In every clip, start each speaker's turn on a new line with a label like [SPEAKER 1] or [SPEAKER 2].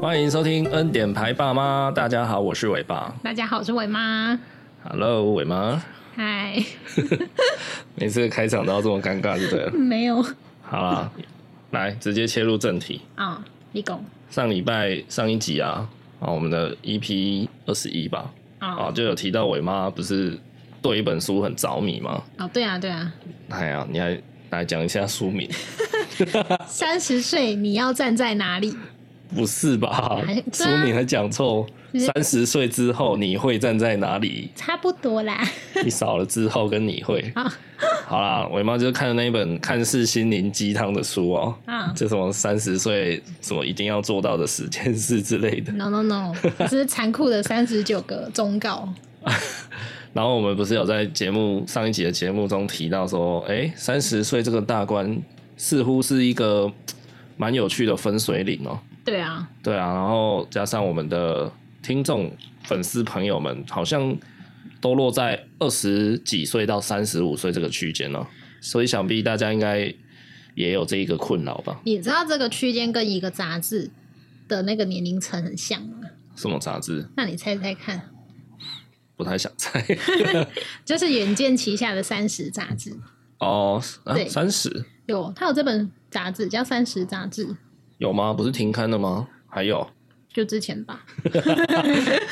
[SPEAKER 1] 欢迎收听《恩典牌爸妈》，大家好，我是伟爸。
[SPEAKER 2] 大家好，我是伟妈。
[SPEAKER 1] Hello，伟妈，
[SPEAKER 2] 嗨，
[SPEAKER 1] 每次开场都要这么尴尬，就对了。
[SPEAKER 2] 没有
[SPEAKER 1] 好啦，来直接切入正题。
[SPEAKER 2] 啊、你讲
[SPEAKER 1] 上礼拜上一集啊，啊，我们的 EP 二十一吧，啊，
[SPEAKER 2] 哦
[SPEAKER 1] 就有提到伟妈不是对一本书很着迷吗？
[SPEAKER 2] 哦，对啊，对啊，
[SPEAKER 1] 哎呀，你还来讲一下书名？
[SPEAKER 2] 三十岁你要站在哪里？
[SPEAKER 1] 不是吧
[SPEAKER 2] 哎？
[SPEAKER 1] 书
[SPEAKER 2] 对啊
[SPEAKER 1] 名还讲错。
[SPEAKER 2] 是？
[SPEAKER 1] 三十岁之后你会站在哪里
[SPEAKER 2] 差不多 啦。
[SPEAKER 1] 你少了之后跟你会。
[SPEAKER 2] 啊
[SPEAKER 1] 好啦，伟妈就是看了那一本看似心灵鸡汤的书哦、
[SPEAKER 2] 啊
[SPEAKER 1] 就什么三十岁什么一定要做到的十件事之类的。
[SPEAKER 2] ，no no no，这是残酷的三十九个忠告。
[SPEAKER 1] 然后我们不是有在节目上一集的节目中提到说，哎、3三十岁这个大关似乎是一个嘖蛮有趣的分水岭哦、
[SPEAKER 2] 对啊，
[SPEAKER 1] 对啊，然后加上我们的听众粉丝朋友们，好像都落在二十几岁到三十五岁这个区间哦，所以想必大家应该也有这一个困扰吧？
[SPEAKER 2] 你知道这个区间跟一个杂志的那个年龄层很像吗？
[SPEAKER 1] 什么杂志？
[SPEAKER 2] 那你猜猜看，
[SPEAKER 1] 不太想 猜
[SPEAKER 2] 就是《远见》旗下的《三十》杂志，
[SPEAKER 1] 哦。
[SPEAKER 2] 对
[SPEAKER 1] 三、十
[SPEAKER 2] 有它有这本杂志叫《三十》杂志，
[SPEAKER 1] 有吗？不是停刊了吗？还有，
[SPEAKER 2] 就之前吧。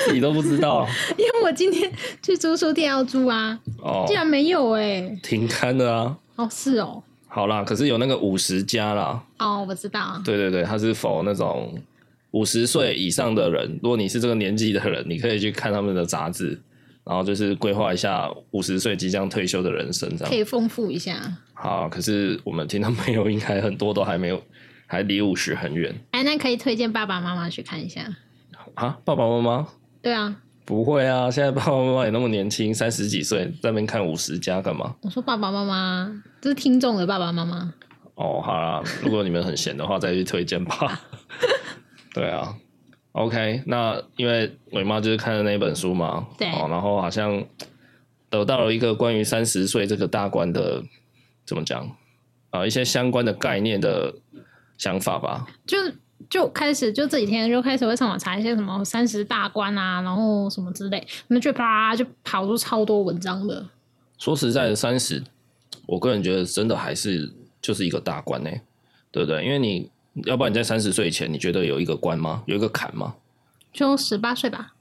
[SPEAKER 1] 自己都不知道
[SPEAKER 2] 因为我今天去租书店要租啊，
[SPEAKER 1] 哦
[SPEAKER 2] 竟，然没有哎、
[SPEAKER 1] 停刊了啊。
[SPEAKER 2] 哦，是哦，
[SPEAKER 1] 好啦，可是有那个五十加啦，
[SPEAKER 2] 哦，我知道啊，
[SPEAKER 1] 对对对，他是否那种五十岁以上的人？如果你是这个年纪的人，你可以去看他们的杂志，然后就是规划一下五十岁即将退休的人生这
[SPEAKER 2] 可
[SPEAKER 1] 样。
[SPEAKER 2] 以丰富一下。
[SPEAKER 1] 好，可是我们听众朋友应该很多都还没有，还离五十很远
[SPEAKER 2] 哎，那可以推荐爸爸妈妈去看一下。
[SPEAKER 1] 啊！爸爸妈妈
[SPEAKER 2] 对啊，
[SPEAKER 1] 不会啊，现在爸爸妈妈也那么年轻，三十几岁在那边看五十加干嘛？
[SPEAKER 2] 我说爸爸妈妈，这是听众的爸爸妈妈。
[SPEAKER 1] 哦，好啦，如果你们很闲的话，再去推荐吧。 对啊，OK，那因为伟妈就是看了那本书嘛，
[SPEAKER 2] 对
[SPEAKER 1] 哦，然后好像得到了一个关于三十岁这个大关的怎么讲啊、一些相关的概念的想法吧。
[SPEAKER 2] 就就开始就这几天就开始会上网查一些什么三十大关啊，然后什么之类，那就啪就跑出超多文章的。
[SPEAKER 1] 说实在的，三十，我个人觉得真的还是就是一个大关呢、对不对？因为你要不然你在三十岁以前，你觉得有一个关吗？有一个坎吗？
[SPEAKER 2] 就十八岁吧，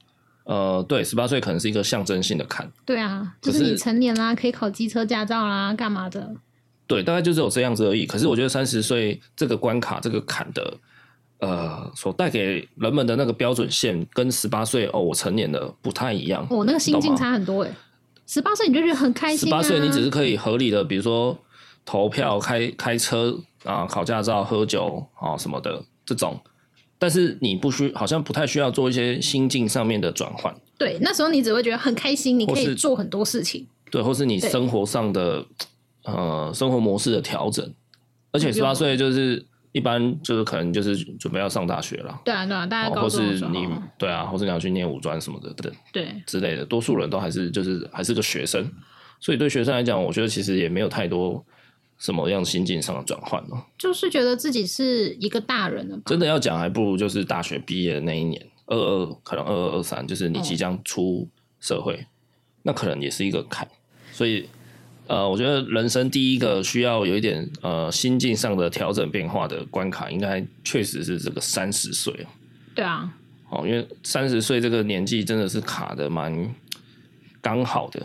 [SPEAKER 1] 呃，对，十八岁可能是一个象征性的坎。
[SPEAKER 2] 对啊，就
[SPEAKER 1] 可
[SPEAKER 2] 是
[SPEAKER 1] 是
[SPEAKER 2] 你成年啦、可以考机车驾照啦、干嘛的？
[SPEAKER 1] 对，大概就只有这样子而已。可是我觉得三十岁这个关卡、这个坎的，呃，所带给人们的那个标准线，跟十八岁哦，我成年了不太一样。
[SPEAKER 2] 哦我、那个心
[SPEAKER 1] 懂
[SPEAKER 2] 境
[SPEAKER 1] 吗啊
[SPEAKER 2] 差很多哎、十八岁你就觉得很开
[SPEAKER 1] 十
[SPEAKER 2] 心、啊，
[SPEAKER 1] 八岁你只是可以合理的，比如说投票、开开车啊、考驾照、喝酒啊、什么的这种，但是你不需好像不太需要做一些心境上面的转换，
[SPEAKER 2] 对，那时候你只会觉得很开心，你可
[SPEAKER 1] 或是
[SPEAKER 2] 以做很多事情。
[SPEAKER 1] 对，或是你
[SPEAKER 2] 对
[SPEAKER 1] 生活上的呃生活模式的调整。而且
[SPEAKER 2] 嗯
[SPEAKER 1] 十
[SPEAKER 2] 有
[SPEAKER 1] 八岁就是一般就是可能就是准备要上大学了。
[SPEAKER 2] 对啊，对啊，大家
[SPEAKER 1] 哦、或
[SPEAKER 2] 高中的时
[SPEAKER 1] 是
[SPEAKER 2] 候，
[SPEAKER 1] 你对啊，或是你要去念五专什么的等等
[SPEAKER 2] 对
[SPEAKER 1] 之类的，多数人都还是就是还是个学生，所以对学生来讲，我觉得其实也没有太多什么样心境上的转换哦。
[SPEAKER 2] 就是觉得自己是一个大人了吧？
[SPEAKER 1] 真的要讲，还不如就是大学毕业的那一年，二二可能二二二三，就是你即将出社会，那可能也是一个坎。所以，呃，我觉得人生第一个需要有一点呃心境上的调整变化的关卡，应该确实是这个三十岁哦。
[SPEAKER 2] 对啊，
[SPEAKER 1] 哦，因为三十岁这个年纪真的是卡的蛮刚好的。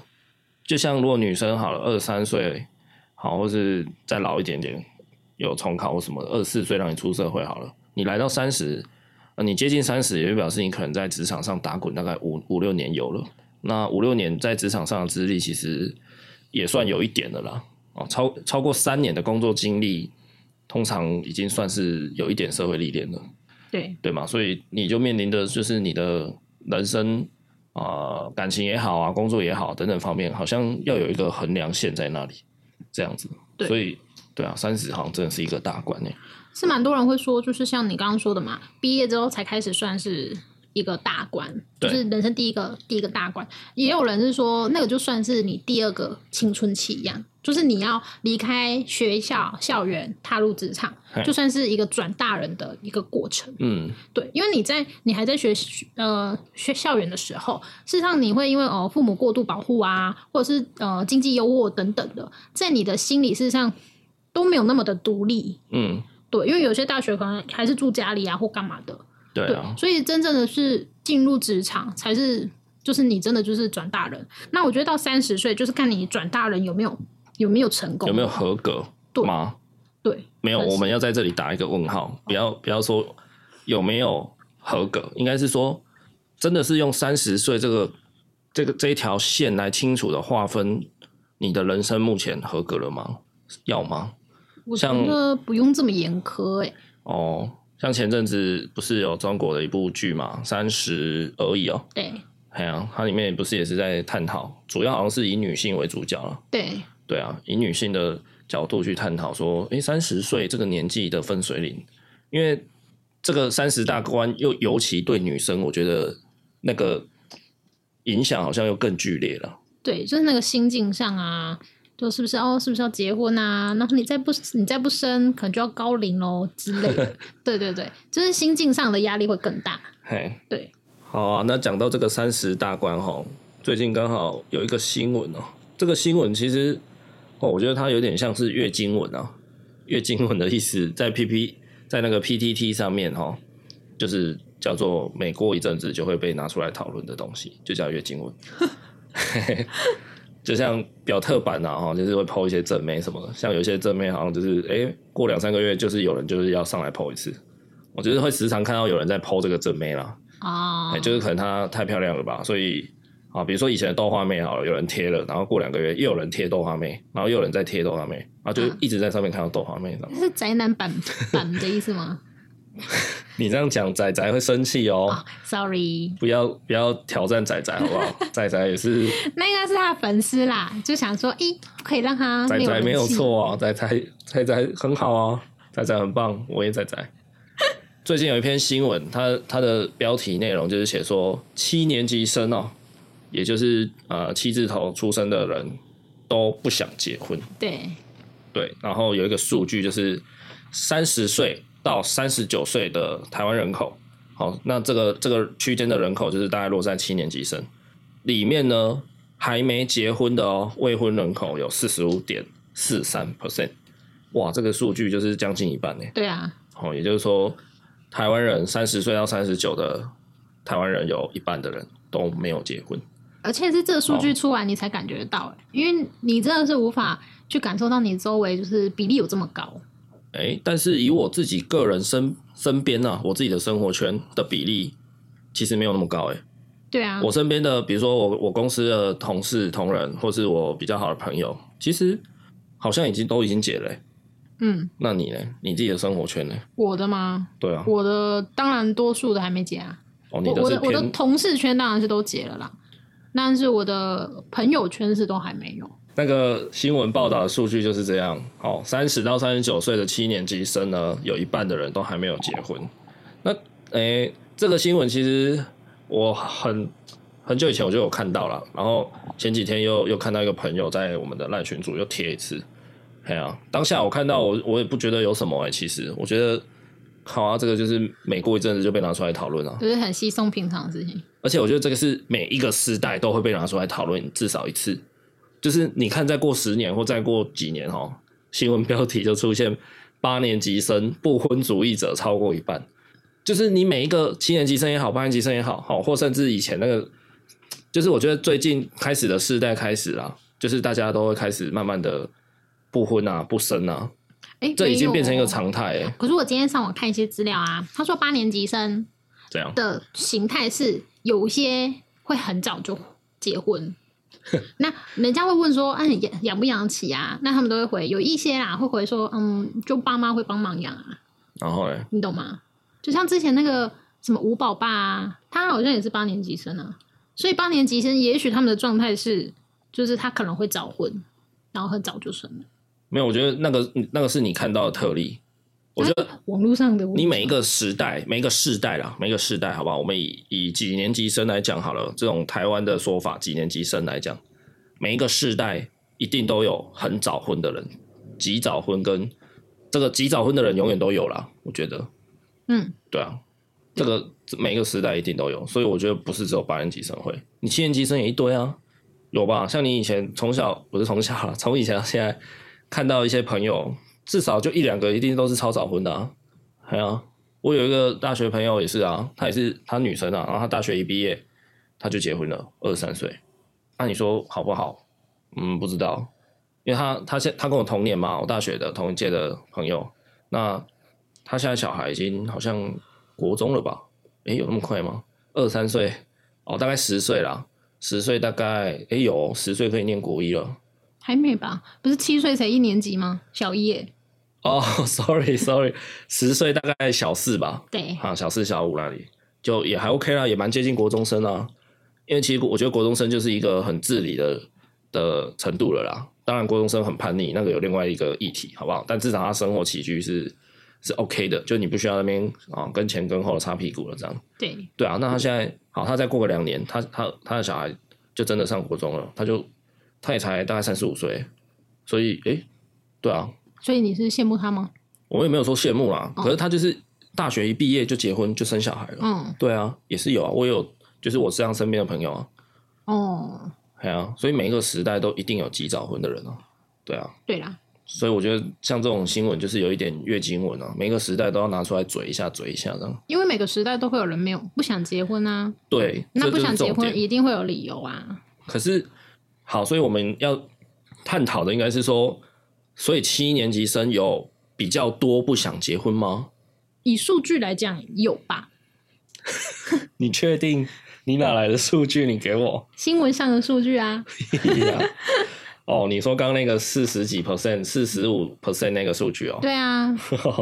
[SPEAKER 1] 就像如果女生好了，二三岁，好，或是再老一点点，有重考或什么的，二四岁让你出社会好了，你来到三十、呃，你接近三十，也就表示你可能在职场上打滚大概五五六年有了。那五六年在职场上的资历其实也算有一点的啦。哦，超超过三年的工作经历，通常已经算是有一点社会历练了。
[SPEAKER 2] 对
[SPEAKER 1] 对嘛？所以你就面临的就是你的人生啊、呃感情也好啊，工作也好等等方面，好像要有一个衡量线在那里，这样子。
[SPEAKER 2] 对
[SPEAKER 1] 所以对啊，三十好像真的是一个大关呢。欸
[SPEAKER 2] 是蛮多人会说，就是像你刚刚说的嘛，毕业之后才开始算是一个大关，就
[SPEAKER 1] 对
[SPEAKER 2] 是人生第一个第一个大关。也有人是说，那个就算是你第二个青春期一样，就是你要离开学校、校园，踏入职场
[SPEAKER 1] 嘿，
[SPEAKER 2] 就算是一个转大人的一个过程。
[SPEAKER 1] 嗯，
[SPEAKER 2] 对，因为你在你还在学习呃学校园的时候，事实上你会因为哦父母过度保护啊，或者是呃经济优渥等等的，在你的心理事实上都没有那么的独立。
[SPEAKER 1] 嗯，
[SPEAKER 2] 对，因为有些大学可能还是住家里啊或干嘛的。
[SPEAKER 1] 对
[SPEAKER 2] 对
[SPEAKER 1] 啊，，
[SPEAKER 2] 所以真正的是进入职场才是，就是你真的就是转大人。那我觉得到三十岁，就是看你转大人有没有有没有成功，
[SPEAKER 1] 有没有合格
[SPEAKER 2] 对
[SPEAKER 1] 吗？
[SPEAKER 2] 对
[SPEAKER 1] 没有，
[SPEAKER 2] 但是
[SPEAKER 1] 我们要在这里打一个问号，不要不要说有没有合格，应该是说真的是用三十岁这个这个这一条线来清楚的划分你的人生目前合格了吗？要吗？
[SPEAKER 2] 我觉
[SPEAKER 1] 像
[SPEAKER 2] 得不用这么严苛哎、
[SPEAKER 1] 哦，像前阵子不是有中国的一部剧嘛，《三十而已》哦，
[SPEAKER 2] 对
[SPEAKER 1] 哎呀、它里面不是也是在探讨，主要好像是以女性为主角了。
[SPEAKER 2] 对
[SPEAKER 1] 对啊，以女性的角度去探讨说，诶，三十岁这个年纪的分水岭，因为这个三十大关又尤其对女生，我觉得那个影响好像又更剧烈了。
[SPEAKER 2] 对，就是那个心境上啊。就是不是哦？是不是要结婚啊？然后你再不你再不生，可能就要高龄喽之类 的。对对对，就是心境上的压力会更大。
[SPEAKER 1] 嘿，
[SPEAKER 2] 对，
[SPEAKER 1] 好啊，那讲到这个三十大关哈，最近刚好有一个新闻哦，这个新闻其实哦，我觉得它有点像是月经文啊，月经文的意思在 P P 在那个 P T T 上面哈、哦，就是叫做每过一阵子就会被拿出来讨论的东西，就叫月经文。 就像表特版啊，哈，就是会剖一些正妹什么的，像有些正妹好像就是，哎、过两三个月就是有人就是要上来剖一次，我就是会时常看到有人在剖这个正妹啦。
[SPEAKER 2] 哦
[SPEAKER 1] 哎、，就是可能她太漂亮了吧，所以啊，比如说以前的豆花妹好了，有人贴了，然后过两个月又有人贴豆花妹，然后又有人在贴豆花妹，然后就
[SPEAKER 2] 嗯
[SPEAKER 1] 一直在上面看到豆花妹。这样
[SPEAKER 2] 是宅男版版的意思吗？
[SPEAKER 1] 你这样讲，仔仔会生气哦，
[SPEAKER 2] 哦，sorry，
[SPEAKER 1] 不要不要挑战仔仔好不好？仔仔也是
[SPEAKER 2] 那应该是他的粉丝啦，就想说，咦，可以让他
[SPEAKER 1] 仔仔
[SPEAKER 2] 人
[SPEAKER 1] 没有
[SPEAKER 2] 气，
[SPEAKER 1] 错啊，仔仔仔仔很好啊，仔仔很棒，我也仔仔。最近有一篇新闻，它它的标题内容就是写说七年级生哦，也就是呃七字头出生的人都不想结婚。
[SPEAKER 2] 对，
[SPEAKER 1] 对，然后有一个数据就是三十岁到三十九岁的台湾人口，好，那这个这个区间的人口就是大概落在七年级生里面呢，还没结婚的哦，未婚人口有四十五点四三 percent，哇，这个数据就是将近一半呢。
[SPEAKER 2] 对啊，
[SPEAKER 1] 哦，也就是说，台湾人三十岁到三十九的台湾人有一半的人都没有结婚。
[SPEAKER 2] 而且是这个数据出来你才感觉得到、欸，因为你真的是无法去感受到你周围就是比例有这么高，
[SPEAKER 1] 哎，但是以我自己个人身身边啊，我自己的生活圈的比例其实没有那么高哎、
[SPEAKER 2] 对啊，
[SPEAKER 1] 我身边的，比如说我我公司的同事、同仁，或是我比较好的朋友，其实好像已经都已经结了欸、
[SPEAKER 2] 嗯，
[SPEAKER 1] 那你呢？你自己的生活圈呢？
[SPEAKER 2] 我的吗？
[SPEAKER 1] 对啊，
[SPEAKER 2] 我的当然多数的还没结啊，
[SPEAKER 1] 哦，
[SPEAKER 2] 我
[SPEAKER 1] 你
[SPEAKER 2] 我
[SPEAKER 1] 是
[SPEAKER 2] 的我的
[SPEAKER 1] 偏，
[SPEAKER 2] 同事圈当然是都结了啦，但是我的朋友圈是都还没有，
[SPEAKER 1] 那个新闻报道的数据就是这样。哦，三十到三十九岁的七年级生呢，有一半的人都还没有结婚。那诶、这个新闻其实我很很久以前我就有看到了，然后前几天又又看到一个朋友在我们的赖群组又贴一次。哎呀、当下我看到我我也不觉得有什么哎、其实我觉得。好啊，这个就是每过一阵子就被拿出来讨论啊，
[SPEAKER 2] 就是很稀松平常的事情，
[SPEAKER 1] 而且我觉得这个是每一个时代都会被拿出来讨论至少一次。就是你看，再过十年或再过几年哦，新闻标题就出现八年级生不婚主义者超过一半。就是你每一个七年级生也好，八年级生也好，好或甚至以前那个，就是我觉得最近开始的世代开始啦，就是大家都会开始慢慢的不婚啊、不生啊，
[SPEAKER 2] 哎、
[SPEAKER 1] 这已经变成一个
[SPEAKER 2] 常。
[SPEAKER 1] 常态、欸，
[SPEAKER 2] 可是我今天上网看一些资料啊，他说八年级生
[SPEAKER 1] 这样。
[SPEAKER 2] 的形态是有一些会很早就结 婚。那人家会问说，哎、啊，你养养不养得起啊？那他们都会回，有一些啦会回说，嗯，就爸妈会帮忙养啊，
[SPEAKER 1] 然后嘞，
[SPEAKER 2] 你懂吗？就像之前那个什么五宝爸啊，他好像也是八年级生啊，所以八年级生也许他们的状态是，就是他可能会早婚，然后很早就生了。
[SPEAKER 1] 没有，我觉得那个那个是你看到的特例，我觉得
[SPEAKER 2] 网络上的我
[SPEAKER 1] 你每一个时代，每一个世代啦，每一个世代，好不好？我们以以几年级生来讲好了，这种台湾的说法，几年级生来讲，每一个世代一定都有很早婚的人，及早婚跟这个及早婚的人永远都有啦，我觉得，
[SPEAKER 2] 嗯，
[SPEAKER 1] 对啊，这个每一个时代一定都有，所以我觉得不是只有八年级生会，你七年级生也一堆啊，有吧？像你以前从小不是从小啦，从以前到现在看到一些朋友，至少就一两个一定都是超早婚的啊。哎呀、我有一个大学朋友也是啊，她也是她女生啊，然后她大学一毕业，她就结婚了，二十三岁。那、你说好不好？嗯，不知道，因为她她现她跟我同年嘛，我大学的同一届的朋友，那她现在小孩已经好像国中了吧？诶，有那么快吗？二三岁哦，大概十岁啦，十岁大概诶有哦十岁可以念国一了。
[SPEAKER 2] 还没吧？不是七岁才一年级吗？小一耶，
[SPEAKER 1] 哦、s o r r y sorry，十岁大概小四吧，
[SPEAKER 2] 对，
[SPEAKER 1] 啊，小四、小五那里就也还 OK 啦，也蛮接近国中生啦。因为其实我觉得国中生就是一个很自理的的程度了啦。当然，国中生很叛逆，那个有另外一个议题，好不好？但至少他生活起居是是 OK 的，就你不需要那边啊跟前跟后擦屁股了这样。
[SPEAKER 2] 对，
[SPEAKER 1] 对啊，那他现在好，他再过个两年，他他他的小孩就真的上国中了，他就他也才大概三十五岁，所以诶、对啊，
[SPEAKER 2] 所以你是羡慕他吗？
[SPEAKER 1] 我也没有说羡慕啦，
[SPEAKER 2] 哦
[SPEAKER 1] 可是他就是大学一毕业就结婚就生小孩了，
[SPEAKER 2] 嗯，
[SPEAKER 1] 对啊，也是有啊，我也有，就是我这样身边的朋友啊，
[SPEAKER 2] 哦，
[SPEAKER 1] 哎啊，所以每一个时代都一定有及早婚的人啊，对啊，
[SPEAKER 2] 对啦，
[SPEAKER 1] 所以我觉得像这种新闻就是有一点月经文啊，每一个时代都要拿出来嘴一下，嘴一下这样。
[SPEAKER 2] 因为每个时代都会有人没有不想结婚啊，
[SPEAKER 1] 对，
[SPEAKER 2] 那
[SPEAKER 1] 这
[SPEAKER 2] 不
[SPEAKER 1] 就是
[SPEAKER 2] 想结
[SPEAKER 1] 重
[SPEAKER 2] 婚
[SPEAKER 1] 点
[SPEAKER 2] 一定会有理由啊。
[SPEAKER 1] 可是好，所以我们要探讨的应该是说，所以七年级生有比较多不想结婚吗？
[SPEAKER 2] 以数据来讲，有吧？
[SPEAKER 1] 你确定？你哪来的数据？你给我。
[SPEAKER 2] 新闻上的数据啊，
[SPEAKER 1] 哦，你说刚刚那个四十几 percent、四十五 percent 那个数据哦，
[SPEAKER 2] 对啊，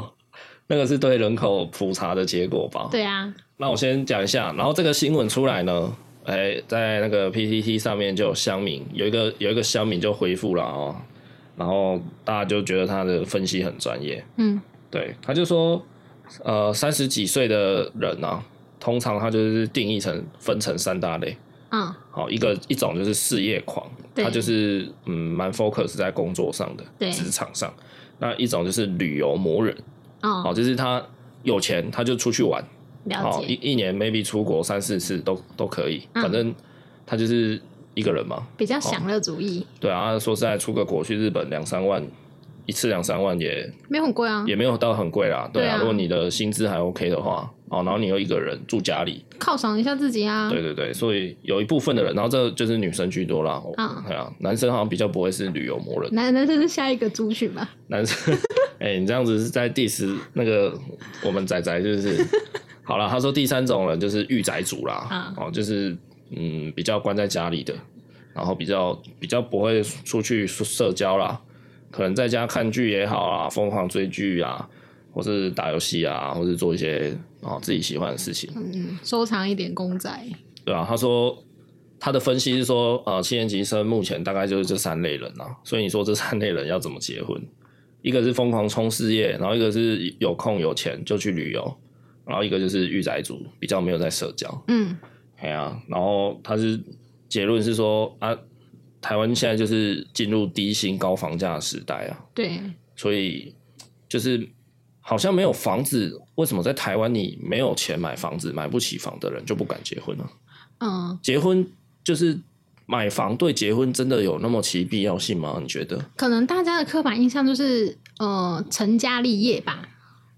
[SPEAKER 1] 那个是对人口普查的结果吧？
[SPEAKER 2] 对啊，
[SPEAKER 1] 那我先讲一下，然后这个新闻出来呢，哎，在那个 PTT 上面就有乡民有一个有一个乡民就回复了哦，然后大家就觉得他的分析很专业，
[SPEAKER 2] 嗯，
[SPEAKER 1] 对，他就说，呃，三十几岁的人啊，通常他就是定义成分成三大类，
[SPEAKER 2] 啊，
[SPEAKER 1] 好，一个一种就是事业狂，
[SPEAKER 2] 对
[SPEAKER 1] 他就是嗯蛮 focus 在工作上
[SPEAKER 2] 对
[SPEAKER 1] 的，职场上。那一种就是旅游魔人，好，
[SPEAKER 2] 哦，
[SPEAKER 1] 就是他有钱他就出去玩，
[SPEAKER 2] 了
[SPEAKER 1] 好一
[SPEAKER 2] 解，
[SPEAKER 1] 一年 maybe 出国三四次都都可以，
[SPEAKER 2] 嗯
[SPEAKER 1] 反正他就是一个人嘛，
[SPEAKER 2] 比较享乐主义，
[SPEAKER 1] 对啊，说实在出个国去日本两三万，一次两三万也
[SPEAKER 2] 没有很贵啊，
[SPEAKER 1] 也没有到很贵啦，对
[SPEAKER 2] 对啊
[SPEAKER 1] 啊，如果你的薪资还 OK 的话，哦，然后你又一个人住家里，
[SPEAKER 2] 犒赏一下自己啊，
[SPEAKER 1] 对对对，所以有一部分的人，然后这就是女生居多啦。
[SPEAKER 2] 嗯
[SPEAKER 1] 对啊，男生好像比较不会是旅游魔人。
[SPEAKER 2] 男男生是下一个族群吧？
[SPEAKER 1] 男生，哎、你这样子是在 diss 那个我们仔仔，是不是？好了，他说第三种人就是御宅族啦，哦，就是嗯比较关在家里的，然后比较比较不会出去社交啦，可能在家看剧也好啊，疯狂追剧啊，或是打游戏啊，或是做一些哦自己喜欢的事情。
[SPEAKER 2] 嗯，收藏一点公仔，
[SPEAKER 1] 对啊，他说他的分析是说，呃，七年级生目前大概就是这三类人啊，所以你说这三类人要怎么结婚？一个是疯狂冲事业，然后一个是有空有钱就去旅游，然后一个就是御宅族，比较没有在社交。
[SPEAKER 2] 嗯，
[SPEAKER 1] 哎呀、然后他是结论是说啊，台湾现在就是进入低薪高房价的时代啊，
[SPEAKER 2] 对，
[SPEAKER 1] 所以就是好像没有房子，为什么在台湾你没有钱买房子，买不起房的人就不敢结婚呢、啊
[SPEAKER 2] 嗯，
[SPEAKER 1] 结婚就是买房，对结婚真的有那么其必要性吗？你觉得？
[SPEAKER 2] 可能大家的刻板印象就是呃成家立业吧，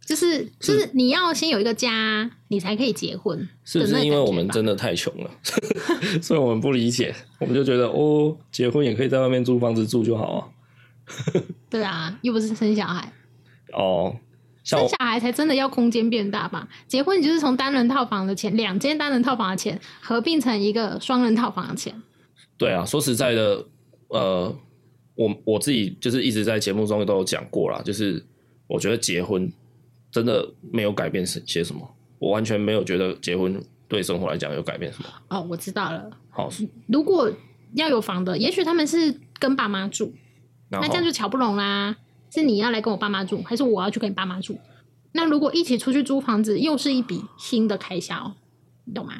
[SPEAKER 2] 就是就是你要先有一个家，你才可以结婚，
[SPEAKER 1] 是不
[SPEAKER 2] 的那
[SPEAKER 1] 是
[SPEAKER 2] 个
[SPEAKER 1] 因为我们
[SPEAKER 2] 感觉吧
[SPEAKER 1] 真的太穷了， 所以我们不理解，我们就觉得哦，结婚也可以在外面租房子住就好啊。
[SPEAKER 2] 对啊，又不是生小孩，
[SPEAKER 1] 哦，像
[SPEAKER 2] 生
[SPEAKER 1] 我
[SPEAKER 2] 小孩才真的要空间变大吧？结婚你就是从单人套房的钱，两间单人套房的钱合并成一个双人套房的钱，
[SPEAKER 1] 对啊，说实在的，呃，我我自己就是一直在节目中都有讲过啦，就是我觉得结婚真的没有改变些什么，我完全没有觉得结婚对生活来讲有改变什么。
[SPEAKER 2] 哦，我知道了，
[SPEAKER 1] 好，
[SPEAKER 2] 如果要有房的，也许他们是跟爸妈住，
[SPEAKER 1] 然
[SPEAKER 2] 那
[SPEAKER 1] 后
[SPEAKER 2] 这样就瞧不拢啦。是你要来跟我爸妈住，还是我要去跟你爸妈住？那如果一起出去租房子，又是一笔新的开销，你懂吗？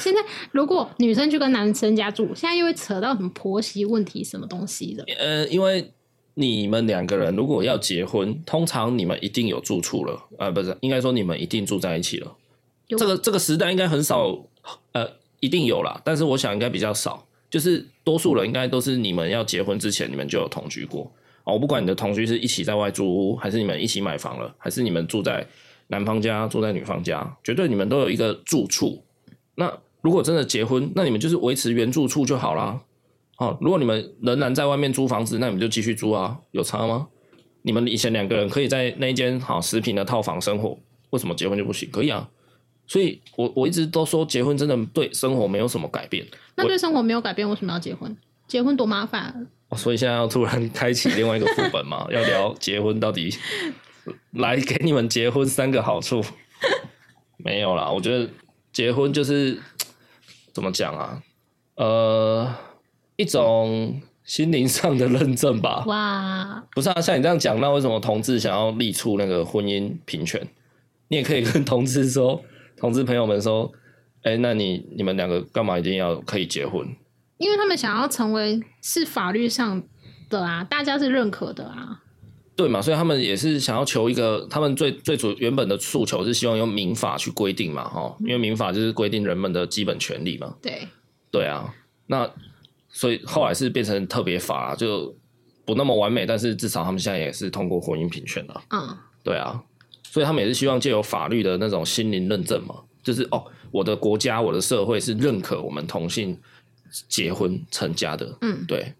[SPEAKER 2] 现在如果女生去跟男生家住，现在又会扯到什么婆媳问题什么东西的，
[SPEAKER 1] 呃，因为你们两个人如果要结婚，通常你们一定有住处了，呃，不是，应该说你们一定住在一起了。
[SPEAKER 2] 有
[SPEAKER 1] 这个这个时代应该很少，呃，一定有啦，但是我想应该比较少，就是多数人应该都是你们要结婚之前你们就有同居过哦。我不管你的同居是一起在外租屋，还是你们一起买房了，还是你们住在男方家住在女方家，绝对你们都有一个住处。那如果真的结婚，那你们就是维持原住处就好啦。哦，如果你们仍然在外面租房子，那你们就继续租啊，有差吗？你们以前两个人可以在那一间好十平的套房生活，为什么结婚就不行？可以啊。所以我我一直都说，结婚真的对生活没有什么改变。
[SPEAKER 2] 那对生活没有改变，为什么要结婚？结婚多麻烦啊、
[SPEAKER 1] 哦所以现在要突然开启另外一个副本嘛， 要聊结婚到底，来给你们结婚三个好处。 没有啦，我觉得结婚就是怎么讲啊，呃，一种心灵上的认证吧。
[SPEAKER 2] 哇！
[SPEAKER 1] 不是啊，像你这样讲，那为什么同志想要力促那个婚姻平权？你也可以跟同志说，同志朋友们说，哎、那你你们两个干嘛一定要可以结婚？
[SPEAKER 2] 因为他们想要成为是法律上的啊，大家是认可的啊。
[SPEAKER 1] 对嘛？所以他们也是想要求一个，他们最最主原本的诉求是希望用民法去规定嘛，哈，因为民法就是规定人们的基本权利嘛。
[SPEAKER 2] 对，
[SPEAKER 1] 对啊，那所以后来是变成特别法啊、就不那么完美，但是至少他们现在也是通过婚姻平权了、
[SPEAKER 2] 嗯，
[SPEAKER 1] 对啊，所以他们也是希望借由法律的那种心灵认证嘛，就是哦，我的国家、我的社会是认可我们同性结婚成家的，
[SPEAKER 2] 嗯
[SPEAKER 1] 对。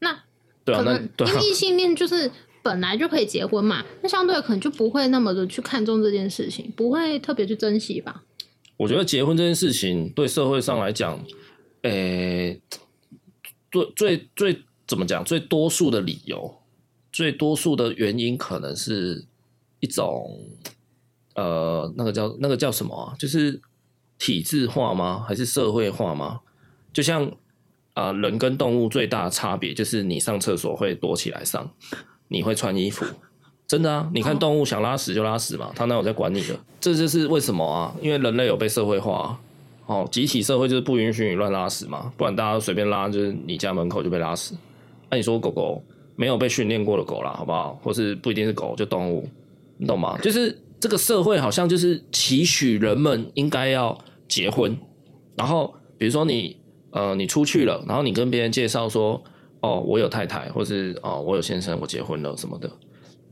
[SPEAKER 2] 那
[SPEAKER 1] 对啊，
[SPEAKER 2] 可
[SPEAKER 1] 那
[SPEAKER 2] 能
[SPEAKER 1] 对
[SPEAKER 2] 因
[SPEAKER 1] 啊
[SPEAKER 2] 为，异性恋就是本来就可以结婚嘛，那相对可能就不会那么的去看重这件事情，不会特别去珍惜吧。
[SPEAKER 1] 我觉得结婚这件事情对社会上来讲，诶、最最最怎么讲？最多数的理由，最多数的原因，可能是一种呃，那个叫那个叫什么啊？就是体制化吗？还是社会化吗？就像啊、呃人跟动物最大的差别就是你上厕所会躲起来上，你会穿衣服。真的啊，你看动物想拉屎就拉屎嘛，它哪有在管你的？这就是为什么啊，因为人类有被社会化、啊，哦，集体社会就是不允许你乱拉屎嘛，不然大家随便拉，就是你家门口就被拉屎。那、你说狗狗没有被训练过的狗啦，好不好？或是不一定是狗，就动物，你懂吗？就是这个社会好像就是期许人们应该要结婚，然后比如说你呃你出去了，然后你跟别人介绍说哦我有太太，或是哦我有先生，我结婚了什么的，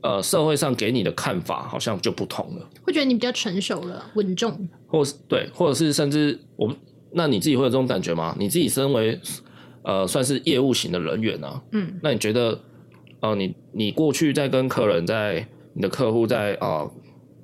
[SPEAKER 1] 呃社会上给你的看法好像就不同了，
[SPEAKER 2] 会觉得你比较成熟了，稳重。
[SPEAKER 1] 或是对，或者是甚至我们那你自己会有这种感觉吗？你自己身为呃算是业务型的人员啊，
[SPEAKER 2] 嗯，
[SPEAKER 1] 那你觉得，呃，你你过去在跟客人在你的客户在啊、呃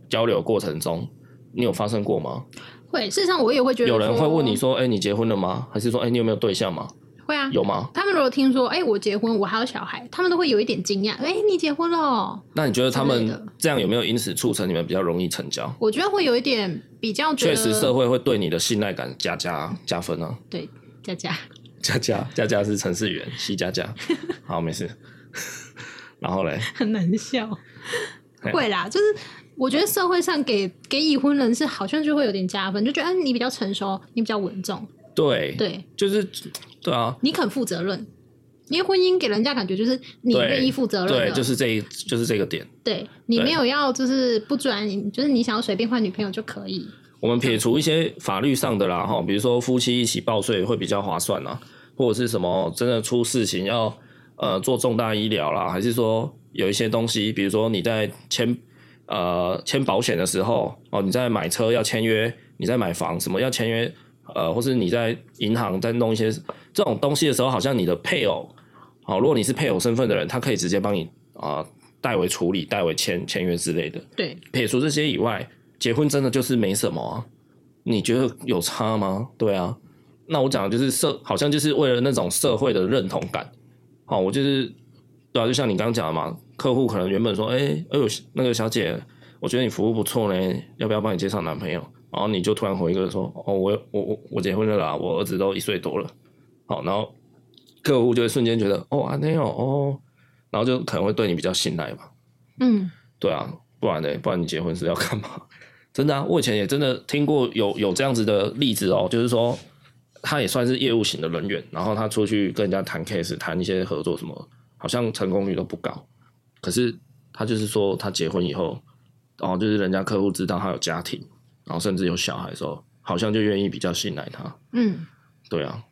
[SPEAKER 1] 交流过程中，你有发生过吗？
[SPEAKER 2] 会。事实上，我也会觉得
[SPEAKER 1] 有人会问你
[SPEAKER 2] 说
[SPEAKER 1] 说，哎、你结婚了吗？还是说，哎、你有没有对象吗？
[SPEAKER 2] 会啊。
[SPEAKER 1] 有吗？
[SPEAKER 2] 他们如果听说，哎、我结婚，我还有小孩，他们都会有一点惊讶，哎、你结婚了哦？
[SPEAKER 1] 那你觉得他们
[SPEAKER 2] 之类的
[SPEAKER 1] 这样有没有因此促成你们比较容易成交？
[SPEAKER 2] 我觉得会有一点比较
[SPEAKER 1] 确
[SPEAKER 2] 觉得，
[SPEAKER 1] 实，社会会对你的信赖感加加加分啊！
[SPEAKER 2] 对佳佳，
[SPEAKER 1] 加加加加是程市员，西加加。好，没事。 然后嘞，
[SPEAKER 2] 很难笑
[SPEAKER 1] 哎。
[SPEAKER 2] 会啦，就是我觉得社会上给给已婚人士好像就会有点加分，就觉得哎、你比较成熟，你比较稳重，
[SPEAKER 1] 对，
[SPEAKER 2] 对
[SPEAKER 1] 就是对啊，
[SPEAKER 2] 你肯负责任，因为婚姻给人家感觉就是你
[SPEAKER 1] 对
[SPEAKER 2] 愿意负责任
[SPEAKER 1] 对，
[SPEAKER 2] 的，
[SPEAKER 1] 就是这一就是这个点。
[SPEAKER 2] 对你
[SPEAKER 1] 对
[SPEAKER 2] 没有要就是不专，就是你想要随便换女朋友就可以，
[SPEAKER 1] 我们撇除一些法律上的啦，哈，比如说夫妻一起报税会比较划算啦，或者是什么真的出事情要呃做重大医疗啦，还是说有一些东西，比如说你在签呃签保险的时候，哦，你在买车要签约，你在买房什么要签约，呃，或是你在银行在弄一些这种东西的时候，好像你的配偶，好、如果你是配偶身份的人，他可以直接帮你啊、代为处理、代为签签约之类的。
[SPEAKER 2] 对，
[SPEAKER 1] 撇除这些以外，结婚真的就是没什么啊？你觉得有差吗？对啊，那我讲的就是社，好像就是为了那种社会的认同感。好、我就是对啊，就像你刚刚讲的嘛，客户可能原本说，哎、哎呦，那个小姐，我觉得你服务不错呢，要不要帮你介绍男朋友？然后你就突然回一个说，哦，我我我我结婚了啦，我儿子都一岁多了。好，然后客户就会瞬间觉得，哦，阿内哦，哦，然后就可能会对你比较信赖吧。
[SPEAKER 2] 嗯，
[SPEAKER 1] 对啊，不然呢？不然你结婚是要干嘛？ 真的啊，我以前也真的听过有有这样子的例子哦，就是说他也算是业务型的人员，然后他出去跟人家谈 case，谈一些合作什么，好像成功率都不高。可是他就是说他结婚以后，哦，就是人家客户知道他有家庭，然后甚至有小孩的时候，好像就愿意比较信赖他。
[SPEAKER 2] 嗯，
[SPEAKER 1] 对啊，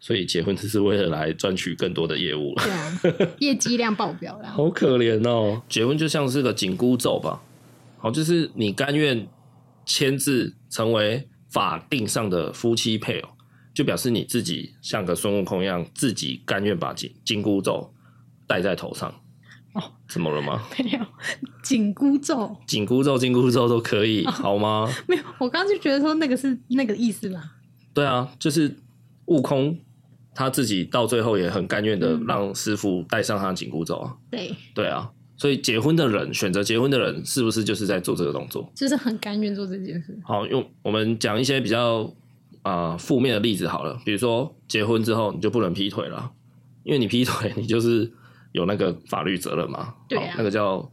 [SPEAKER 1] 所以结婚只是为了来赚取更多的业务了，
[SPEAKER 2] 对啊，业绩量爆表啦。
[SPEAKER 1] 好可怜哦。结婚就像是个紧箍咒吧，好，就是你甘愿签字成为法定上的夫妻配偶，就表示你自己像个孙悟空一样，自己甘愿把紧紧箍咒戴在头上。
[SPEAKER 2] 哦，
[SPEAKER 1] 怎么了吗？
[SPEAKER 2] 没有紧箍咒，
[SPEAKER 1] 紧箍咒、金箍咒都可以，好吗？
[SPEAKER 2] 没有，我刚刚就觉得说那个是那个意思啦。
[SPEAKER 1] 对啊，就是悟空他自己到最后也很甘愿的
[SPEAKER 2] 嗯
[SPEAKER 1] 让师傅戴上他的紧箍咒啊。
[SPEAKER 2] 对，
[SPEAKER 1] 对啊，所以结婚的人选择结婚的人，是不是就是在做这个动作？
[SPEAKER 2] 就是很甘愿做这件事。
[SPEAKER 1] 好，用我们讲一些比较啊负、面的例子好了，比如说结婚之后你就不能劈腿了，因为你劈腿你就是有那个法律责任嘛，
[SPEAKER 2] 对
[SPEAKER 1] 好
[SPEAKER 2] 啊
[SPEAKER 1] 那个叫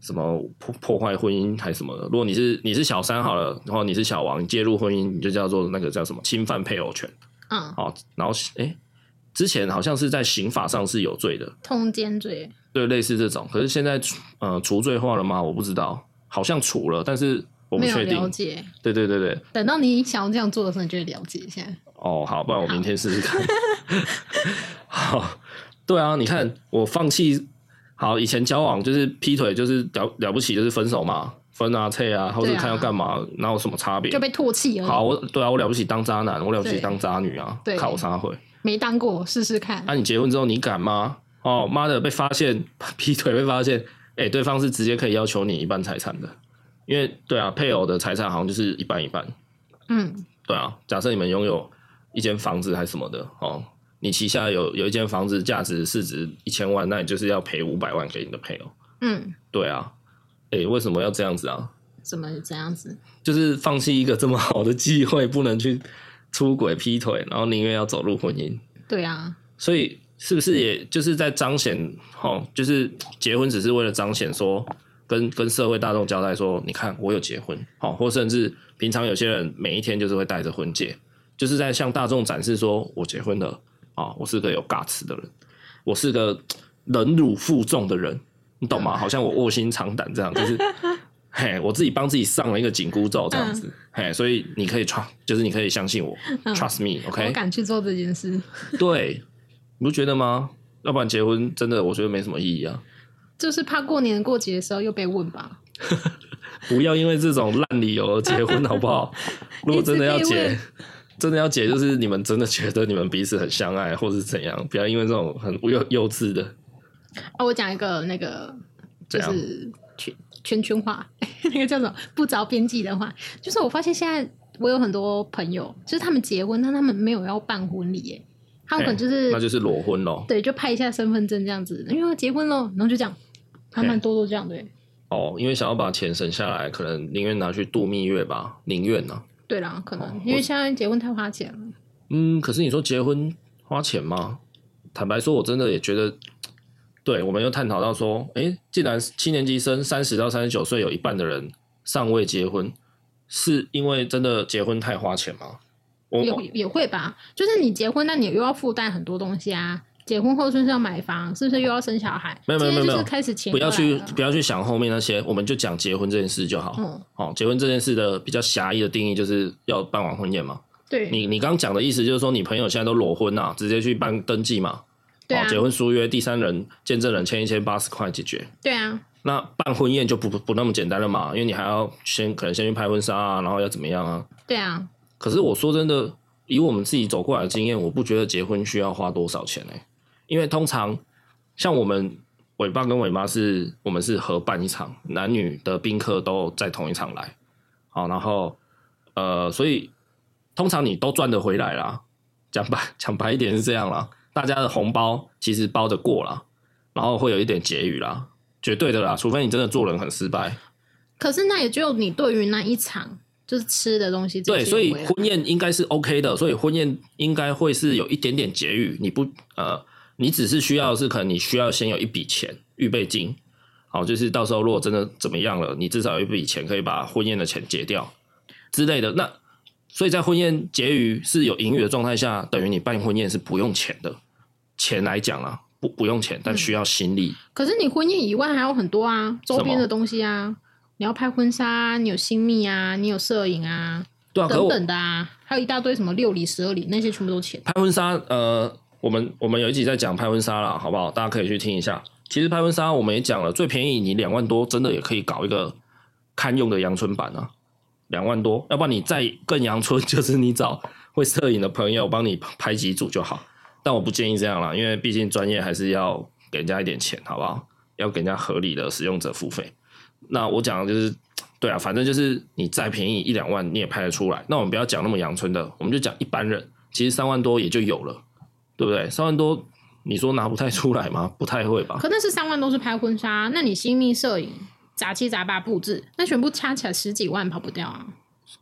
[SPEAKER 1] 什么破破坏婚姻还是什么的。如果你是你是小三好了，然后你是小王，你介入婚姻，你就叫做那个叫什么侵犯配偶权。
[SPEAKER 2] 嗯，
[SPEAKER 1] 好，然后诶、之前好像是在刑法上是有罪的，
[SPEAKER 2] 通奸罪，
[SPEAKER 1] 对，类似这种。可是现在除呃除罪化了吗？我不知道，好像除了，但是我不
[SPEAKER 2] 没有
[SPEAKER 1] 确定
[SPEAKER 2] 了。解。
[SPEAKER 1] 对对对对，
[SPEAKER 2] 等到你想要这样做的时候，你就会了解一下。
[SPEAKER 1] 哦，好，不然我明天试试看。 好，对啊，你看我放弃，好，以前交往就是劈腿，就是了了不起，就是分手嘛，分啊、退啊，或者
[SPEAKER 2] 对啊
[SPEAKER 1] 看要干嘛，哪有什么差别
[SPEAKER 2] 就？被唾弃而已。
[SPEAKER 1] 好，我对啊，我了不起当渣男，我了不起
[SPEAKER 2] 对
[SPEAKER 1] 当渣女啊
[SPEAKER 2] 对，
[SPEAKER 1] 考啥会？
[SPEAKER 2] 没当过，试试看。
[SPEAKER 1] 那、你结婚之后你敢吗？哦，妈的，被发现劈腿被发现，哎、对方是直接可以要求你一半财产的，因为对啊，配偶的财产好像就是一半一半，
[SPEAKER 2] 嗯，
[SPEAKER 1] 对啊。假设你们拥有一间房子还是什么的，哦，你旗下有有一间房子价值市值一千万，那你就是要赔五百万给你的配偶，
[SPEAKER 2] 嗯，
[SPEAKER 1] 对啊。哎、为什么要这样子啊？
[SPEAKER 2] 怎么这样子？
[SPEAKER 1] 就是放弃一个这么好的机会，不能去出轨劈腿，然后宁愿要走入婚姻。
[SPEAKER 2] 对啊，
[SPEAKER 1] 所以是不是也就是在彰显，哦，就是结婚只是为了彰显说，跟跟社会大众交代说，你看我有结婚，哦，或甚至平常有些人每一天就是会戴着婚戒，就是在向大众展示说我结婚了，啊、我是个有 guts 的人，我是个忍辱负重的人，你懂吗？好像我卧薪尝胆这样，就是。嘿，我自己帮自己上了一个紧箍咒，这样子，嘿，所以你可以 trust，就是你可以相信我、
[SPEAKER 2] 嗯
[SPEAKER 1] t r u s t me，OK、
[SPEAKER 2] 我敢去做这件事，
[SPEAKER 1] 对，你不觉得吗？要不然结婚真的我觉得没什么意义啊！
[SPEAKER 2] 就是怕过年过节的时候又被问吧。
[SPEAKER 1] 不要因为这种烂理由而结婚，好不 好？如果真的要
[SPEAKER 2] 一直被
[SPEAKER 1] 结
[SPEAKER 2] 问，
[SPEAKER 1] 真的要结，就是你们真的觉得你们彼此很相爱，或是怎样？不要因为这种很幼幼稚的
[SPEAKER 2] 啊，我讲一个那个，
[SPEAKER 1] 怎
[SPEAKER 2] 就
[SPEAKER 1] 样
[SPEAKER 2] 是圈圈圈话， 那个叫什么不着边际的话，就是我发现现在我有很多朋友，就是他们结婚，但他们没有要办婚礼，耶，他们可能就是
[SPEAKER 1] 哎那就是裸婚咯。
[SPEAKER 2] 对，就拍一下身份证这样子，因为我结婚喽，然后就这样，还蛮多都这样的耶。
[SPEAKER 1] 哦，因为想要把钱省下来，可能宁愿拿去度蜜月吧，宁愿啊呢、
[SPEAKER 2] 对啦，可能
[SPEAKER 1] 哦
[SPEAKER 2] 因为现在结婚太花钱了。
[SPEAKER 1] 嗯，可是你说结婚花钱吗？坦白说，我真的也觉得，对，我们又探讨到说，诶，既然七年级生三十到三十九岁有一半的人尚未结婚，是因为真的结婚太花钱吗？我
[SPEAKER 2] 也也会吧，就是你结婚，那你又要负担很多东西啊。结婚后是不是要买房？是不是又要生小孩？
[SPEAKER 1] 没有没有
[SPEAKER 2] 这些
[SPEAKER 1] 没有
[SPEAKER 2] 就是开始钱
[SPEAKER 1] 不要去不
[SPEAKER 2] 要
[SPEAKER 1] 要去想后面那些，我们就讲结婚这件事就好。
[SPEAKER 2] 嗯，
[SPEAKER 1] 哦，结婚这件事的比较狭义的定义就是要办完婚宴嘛。
[SPEAKER 2] 对
[SPEAKER 1] 你你刚讲的意思就是说，你朋友现在都裸婚啊，直接去办登记嘛。
[SPEAKER 2] 对啊
[SPEAKER 1] 哦，结婚书约第三人见证人签一签，八十块解决。
[SPEAKER 2] 对啊，
[SPEAKER 1] 那办婚宴就不不不那么简单了嘛，因为你还要先可能先去拍婚纱啊，然后要怎么样啊？
[SPEAKER 2] 对啊，
[SPEAKER 1] 可是我说真的，以我们自己走过来的经验，我不觉得结婚需要花多少钱呢、欸因为通常像我们伟爸跟伟妈是，我们是合办一场，男女的宾客都在同一场来，好，然后呃，所以通常你都赚得回来啦。讲白 讲白一点是这样啦，大家的红包其实包得过啦，然后会有一点结余啦，绝对的啦，除非你真的做人很失败。
[SPEAKER 2] 可是那也只有你对于那一场就是吃的东西这
[SPEAKER 1] 对，
[SPEAKER 2] 些啊
[SPEAKER 1] 所以
[SPEAKER 2] 为了
[SPEAKER 1] 婚宴应该是 OK 的，所以婚宴应该会是有一点点结余。你不呃，你只是需要的是可能你需要先有一笔钱预备金，好，就是到时候如果真的怎么样了，你至少有一笔钱可以把婚宴的钱结掉之类的。那所以在婚宴结余是有盈余的状态下，等于你办婚宴是不用钱的。钱来讲啊，不不用钱，但需要心力。
[SPEAKER 2] 可是你婚宴以外还有很多啊，周边的东西啊，你要拍婚纱、啊，你有新密啊，你有摄影啊，
[SPEAKER 1] 对啊，可
[SPEAKER 2] 等
[SPEAKER 1] 我
[SPEAKER 2] 等的啊，还有一大堆什么六礼、十二礼，那些全部都钱。
[SPEAKER 1] 拍婚纱，呃，我们我们有一集在讲拍婚纱啦，好不好？大家可以去听一下。其实拍婚纱我们也讲了，最便宜你两万多，真的也可以搞一个堪用的阳春版啊，两万多。要不然你再更阳春， 就是你找会摄影的朋友帮你拍几组就好。但我不建议这样啦，因为毕竟专业还是要给人家一点钱，好不好？要给人家合理的使用者付费。那我讲的就是，对啊，反正就是你再便宜一两万你也拍得出来。那我们不要讲那么阳春的，我们就讲一般人，其实三万多也就有了，对不对？三万多，你说拿不太出来吗？不太会吧？
[SPEAKER 2] 可那是三万都是拍婚纱，那你新密、摄影、杂七杂八布置，那全部加起来十几万跑不掉啊。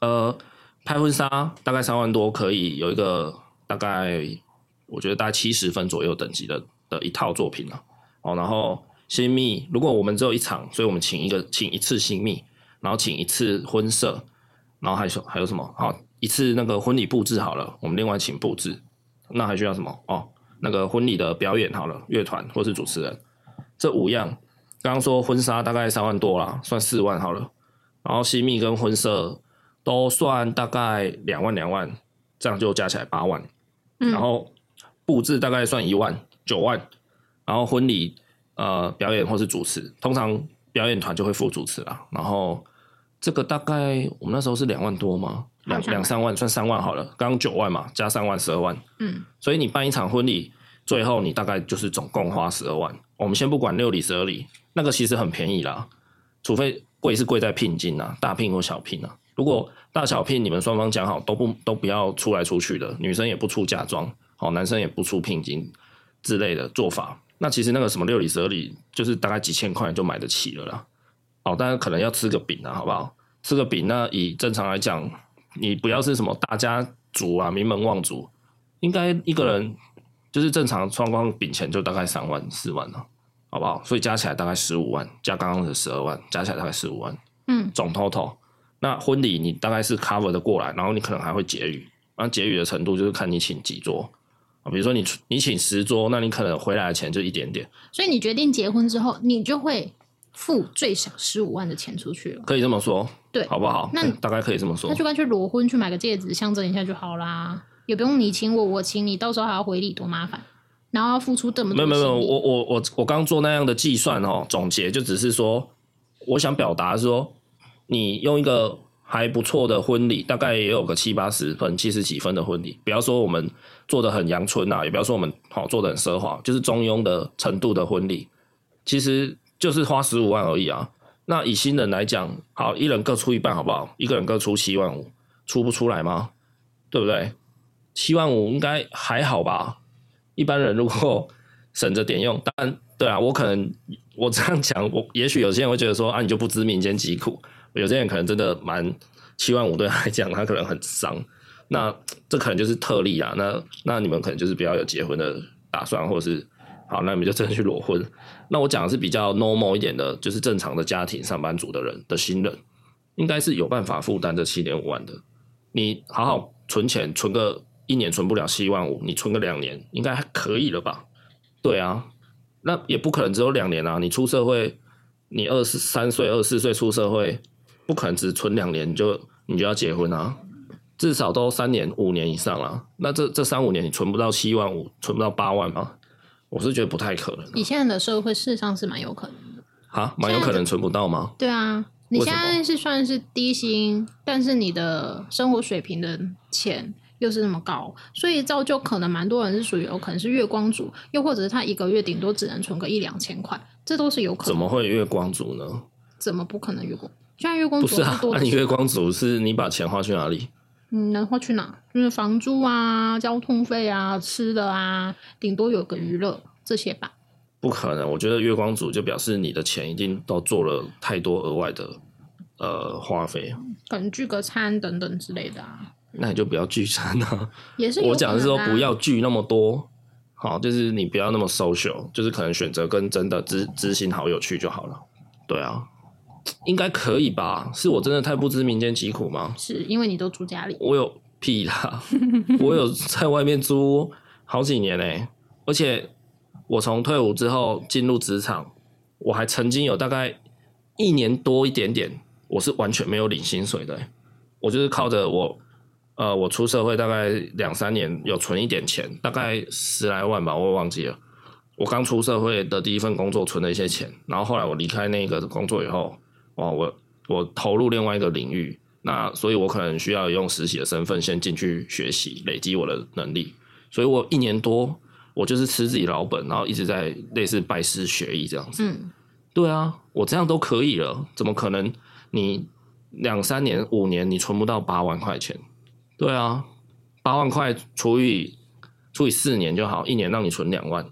[SPEAKER 1] 呃，拍婚纱大概三万多可以有一个大概，我觉得大概七十分左右等级的的一套作品了、哦，然后新密，如果我们只有一场，所以我们请一个请一次新密，然后请一次婚摄，然后还有还有什么？好、一次那个婚礼布置好了，我们另外请布置。那还需要什么？哦，那个婚礼的表演好了，乐团或是主持人，这五样。刚刚说婚纱大概三万多啦，算四万好了。然后新密跟婚摄都算大概两万两万，这样就加起来八万。
[SPEAKER 2] 嗯
[SPEAKER 1] 然后布置大概算一万九万，然后婚礼呃表演或是主持，通常表演团就会副主持啦。然后这个大概我们那时候是两万多吗？两
[SPEAKER 2] 好像
[SPEAKER 1] 两三万，算三万好了。刚刚九万嘛，加三万十二万，
[SPEAKER 2] 嗯，
[SPEAKER 1] 所以你办一场婚礼，最后你大概就是总共花十二万。我们先不管六礼十二礼，那个其实很便宜啦，除非贵是贵在聘金啊，大聘或小聘啊。如果大小聘你们双方讲好，都不都不要出来出去的，女生也不出嫁妆，好，男生也不出聘金之类的做法，那其实那个什么六礼十二礼，就是大概几千块就买得起了啦。哦，当然可能要吃个饼啊，好不好？吃个饼，那以正常来讲，你不要是什么大家族啊、名门望族，应该一个人就是正常双光饼钱就大概三万四万了，好不好？所以加起来大概十五万，加刚刚的十二万，加起来大概十五万，
[SPEAKER 2] 嗯，
[SPEAKER 1] 总 total。那婚礼你大概是 cover 的过来，然后你可能还会结余，那结余的程度就是看你请几桌啊，比如说你你请十桌，那你可能回来的钱就一点点，
[SPEAKER 2] 所以你决定结婚之后，你就会付最少十五万的钱出去了。
[SPEAKER 1] 可以这么说，
[SPEAKER 2] 对，
[SPEAKER 1] 好不好？
[SPEAKER 2] 那
[SPEAKER 1] 嗯大概可以这么说
[SPEAKER 2] 那，就干脆裸婚去买个戒指象征一下就好啦，也不用你请我，我请你，到时候还要回礼，多麻烦，然后要付出这么
[SPEAKER 1] 没
[SPEAKER 2] 多
[SPEAKER 1] 有没有没有，
[SPEAKER 2] 心力
[SPEAKER 1] 我我我我刚做那样的计算哦，总结就只是说，我想表达说，你用一个还不错的婚礼，大概也有个七八十分、七十几分的婚礼，不要说我们做的很阳春啊，也不要说我们好、做的很奢华，就是中庸的程度的婚礼，其实就是花十五万而已啊。那以新人来讲，好，一人各出一半，好不好？一个人各出七万五，出不出来吗？对不对？七万五应该还好吧？一般人如果省着点用，但对啊，我可能我这样讲，我也许有些人会觉得说啊，你就不知民间疾苦，有些人可能真的蛮七万五对他来讲，他可能很伤。那这可能就是特例啊，那那你们可能就是不要有结婚的打算，或是好，那你们就真的去裸婚。那我讲的是比较 normal 一点的，就是正常的家庭上班族的人的新人，应该是有办法负担这七点五万的。你好好存钱，存个一年存不了七万五，你存个两年应该还可以了吧？对啊，那也不可能只有两年啊！你出社会，你二十三岁、二十四岁出社会，不可能只存两年你就你就要结婚啊！至少都三年、五年以上啊。那这这三五年你存不到七万五，存不到八万吗？我是觉得不太可能
[SPEAKER 2] 以现在的社会，事实上是蛮有可能的。
[SPEAKER 1] 啊，蛮有可能存不到吗？
[SPEAKER 2] 对啊，你
[SPEAKER 1] 为
[SPEAKER 2] 现
[SPEAKER 1] 什么
[SPEAKER 2] 在是算是低薪，但是你的生活水平的钱又是那么高，所以造就可能蛮多人是属于有可能是月光族，又或者是他一个月顶多只能存个一两千块，这都是有可能。
[SPEAKER 1] 怎么会月光族呢？
[SPEAKER 2] 怎么不可能月光？就像月光
[SPEAKER 1] 不
[SPEAKER 2] 族
[SPEAKER 1] 是啊，
[SPEAKER 2] 多
[SPEAKER 1] 那
[SPEAKER 2] 的
[SPEAKER 1] 你
[SPEAKER 2] 钱
[SPEAKER 1] 月光族是你把钱花去哪里？
[SPEAKER 2] 嗯，能花去哪？就是房租啊、交通费啊、吃的啊，顶多有个娱乐这些吧。
[SPEAKER 1] 不可能，我觉得月光族就表示你的钱一定都做了太多额外的呃花费，
[SPEAKER 2] 可能聚个餐等等之类的啊，
[SPEAKER 1] 那你就不要聚餐啊。
[SPEAKER 2] 也是有
[SPEAKER 1] 我讲的是
[SPEAKER 2] 可
[SPEAKER 1] 说
[SPEAKER 2] 能啊
[SPEAKER 1] 不要聚那么多，好，就是你不要那么 social，就是可能选择跟真的知知心好友去就好了，对啊，应该可以吧？是我真的太不知民间疾苦吗？
[SPEAKER 2] 是因为你都住家里，
[SPEAKER 1] 我有屁啦！ 我有在外面租好几年嘞、而且我从退伍之后进入职场，我还曾经有大概一年多一点点，我是完全没有领薪水的欸、我就是靠着我呃，我出社会大概两三年有存一点钱，大概十来万吧，我也忘记了。我刚出社会的第一份工作存了一些钱，然后后来我离开那个工作以后，哇，我我投入另外一个领域，那所以我可能需要用实习的身份先进去学习，累积我的能力。所以我一年多，我就是吃自己老本，然后一直在类似拜师学艺这样子。
[SPEAKER 2] 嗯，
[SPEAKER 1] 对啊，我这样都可以了，怎么可能你两三年、五年你存不到八万块钱？对啊，八万块除以除以四年就好，一年让你存两万，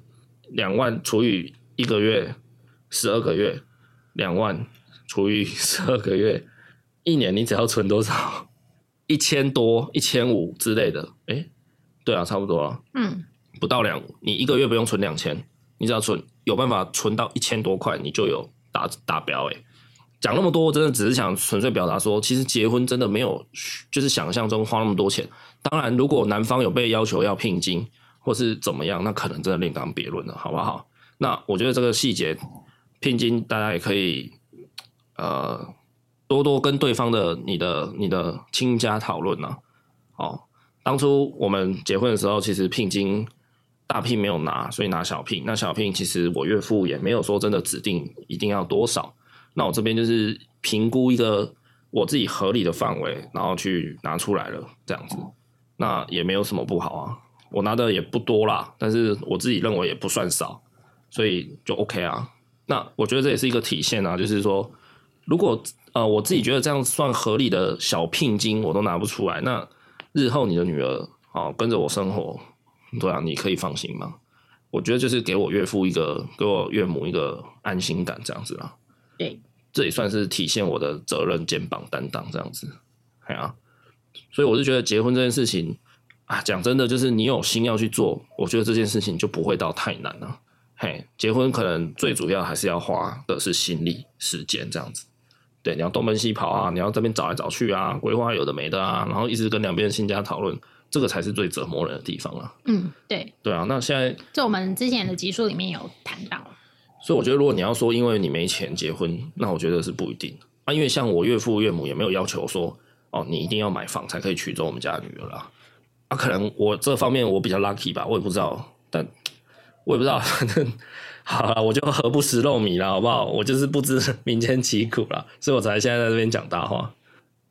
[SPEAKER 1] 两万除以一个月，十二个月，两万除以 十二个月，一年你只要存多少？ 一千多、一千五之类的，诶，对啊，差不多啊，
[SPEAKER 2] 嗯，
[SPEAKER 1] 不到两，你一个月不用存两千，你只要存有办法存到一千多块，你就有达达标、欸。讲那么多，我真的只是想纯粹表达说，其实结婚真的没有就是想象中花那么多钱。当然，如果男方有被要求要聘金或是怎么样，那可能真的另当别论了，好不好？那我觉得这个细节，聘金大家也可以呃多多跟对方的你的你的亲家讨论啊。哦，当初我们结婚的时候，其实聘金大聘没有拿，所以拿小聘。那小聘其实我岳父也没有说真的指定一定要多少。那我这边就是评估一个我自己合理的范围，然后去拿出来了，这样子，那也没有什么不好啊。我拿的也不多啦，但是我自己认为也不算少，所以就 OK 啊。那我觉得这也是一个体现啊，就是说，如果呃我自己觉得这样算合理的小聘金我都拿不出来，那日后你的女儿啊跟着我生活，对啊，你可以放心吗？我觉得就是给我岳父一个，给我岳母一个安心感，这样子啦。
[SPEAKER 2] 对，
[SPEAKER 1] 这也算是体现我的责任、肩膀、担当这样子。哎呀、所以我是觉得结婚这件事情啊，讲真的，就是你有心要去做，我觉得这件事情就不会到太难了。嘿，结婚可能最主要还是要花的是心力、时间这样子。对，你要东奔西跑啊，你要这边找来找去啊，规划有的没的啊，然后一直跟两边的亲家讨论，这个才是最折磨人的地方啊。
[SPEAKER 2] 嗯，对，
[SPEAKER 1] 对啊，那现在
[SPEAKER 2] 这我们之前的集数里面有 谈到，
[SPEAKER 1] 所以我觉得，如果你要说因为你没钱结婚，那我觉得是不一定啊。因为像我岳父岳母也没有要求说，哦，你一定要买房才可以娶走我们家的女儿啦。啊，可能我这方面我比较 lucky 吧，我也不知道，但我也不知道， 反正好了，我就何不食肉糜了，好不好？我就是不知 民间疾苦啦，所以我才现在在这边讲大话。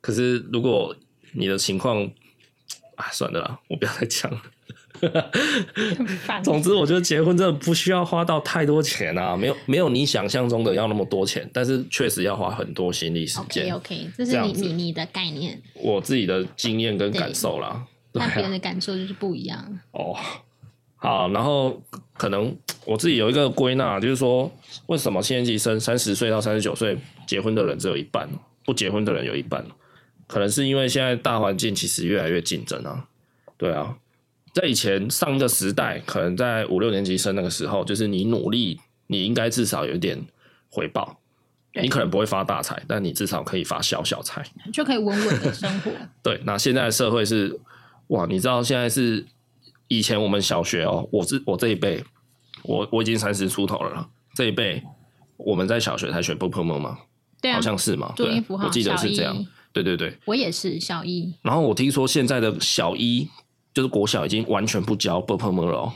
[SPEAKER 1] 可是如果你的情况，啊，算了啦，我不要再讲了。
[SPEAKER 2] 很烦。
[SPEAKER 1] 总之，我觉得结婚真的不需要花到太多钱啊，没有没有你想象中的要那么多钱，但是确实要花很多心力时
[SPEAKER 2] OK
[SPEAKER 1] 间。
[SPEAKER 2] OK，这是
[SPEAKER 1] 这样
[SPEAKER 2] 你
[SPEAKER 1] 子
[SPEAKER 2] 你你的概念，
[SPEAKER 1] 我自己的经验跟感受啦，对
[SPEAKER 2] 那别人
[SPEAKER 1] 啊，
[SPEAKER 2] 的感受就是不一样。
[SPEAKER 1] 哦，好，然后可能我自己有一个归纳，就是说为什么现在级生三十岁到三十九岁结婚的人只有一半，不结婚的人有一半，可能是因为现在大环境其实越来越竞争啊，对啊，在以前上一个时代，可能在五六年级生那个时候，就是你努力，你应该至少有一点回报。
[SPEAKER 2] 对
[SPEAKER 1] 你可能不会发大财，但你至少可以发小小财。
[SPEAKER 2] 就可以稳稳的生 活。
[SPEAKER 1] 对，那现在的社会是哇，你知道现在是以前我们小学哦，我是我这一辈，我我已经三十出头了啦，这一辈我们在小学才学 b o p o m 吗？
[SPEAKER 2] 对啊
[SPEAKER 1] 好，像是嘛，
[SPEAKER 2] 注
[SPEAKER 1] 对，
[SPEAKER 2] 音符号，
[SPEAKER 1] 我记得
[SPEAKER 2] 小
[SPEAKER 1] 是
[SPEAKER 2] 一
[SPEAKER 1] 这样。对对对，
[SPEAKER 2] 我也是小一，
[SPEAKER 1] 然后我听说现在的小一就是国小已经完全不教 b o p o m 了、哦，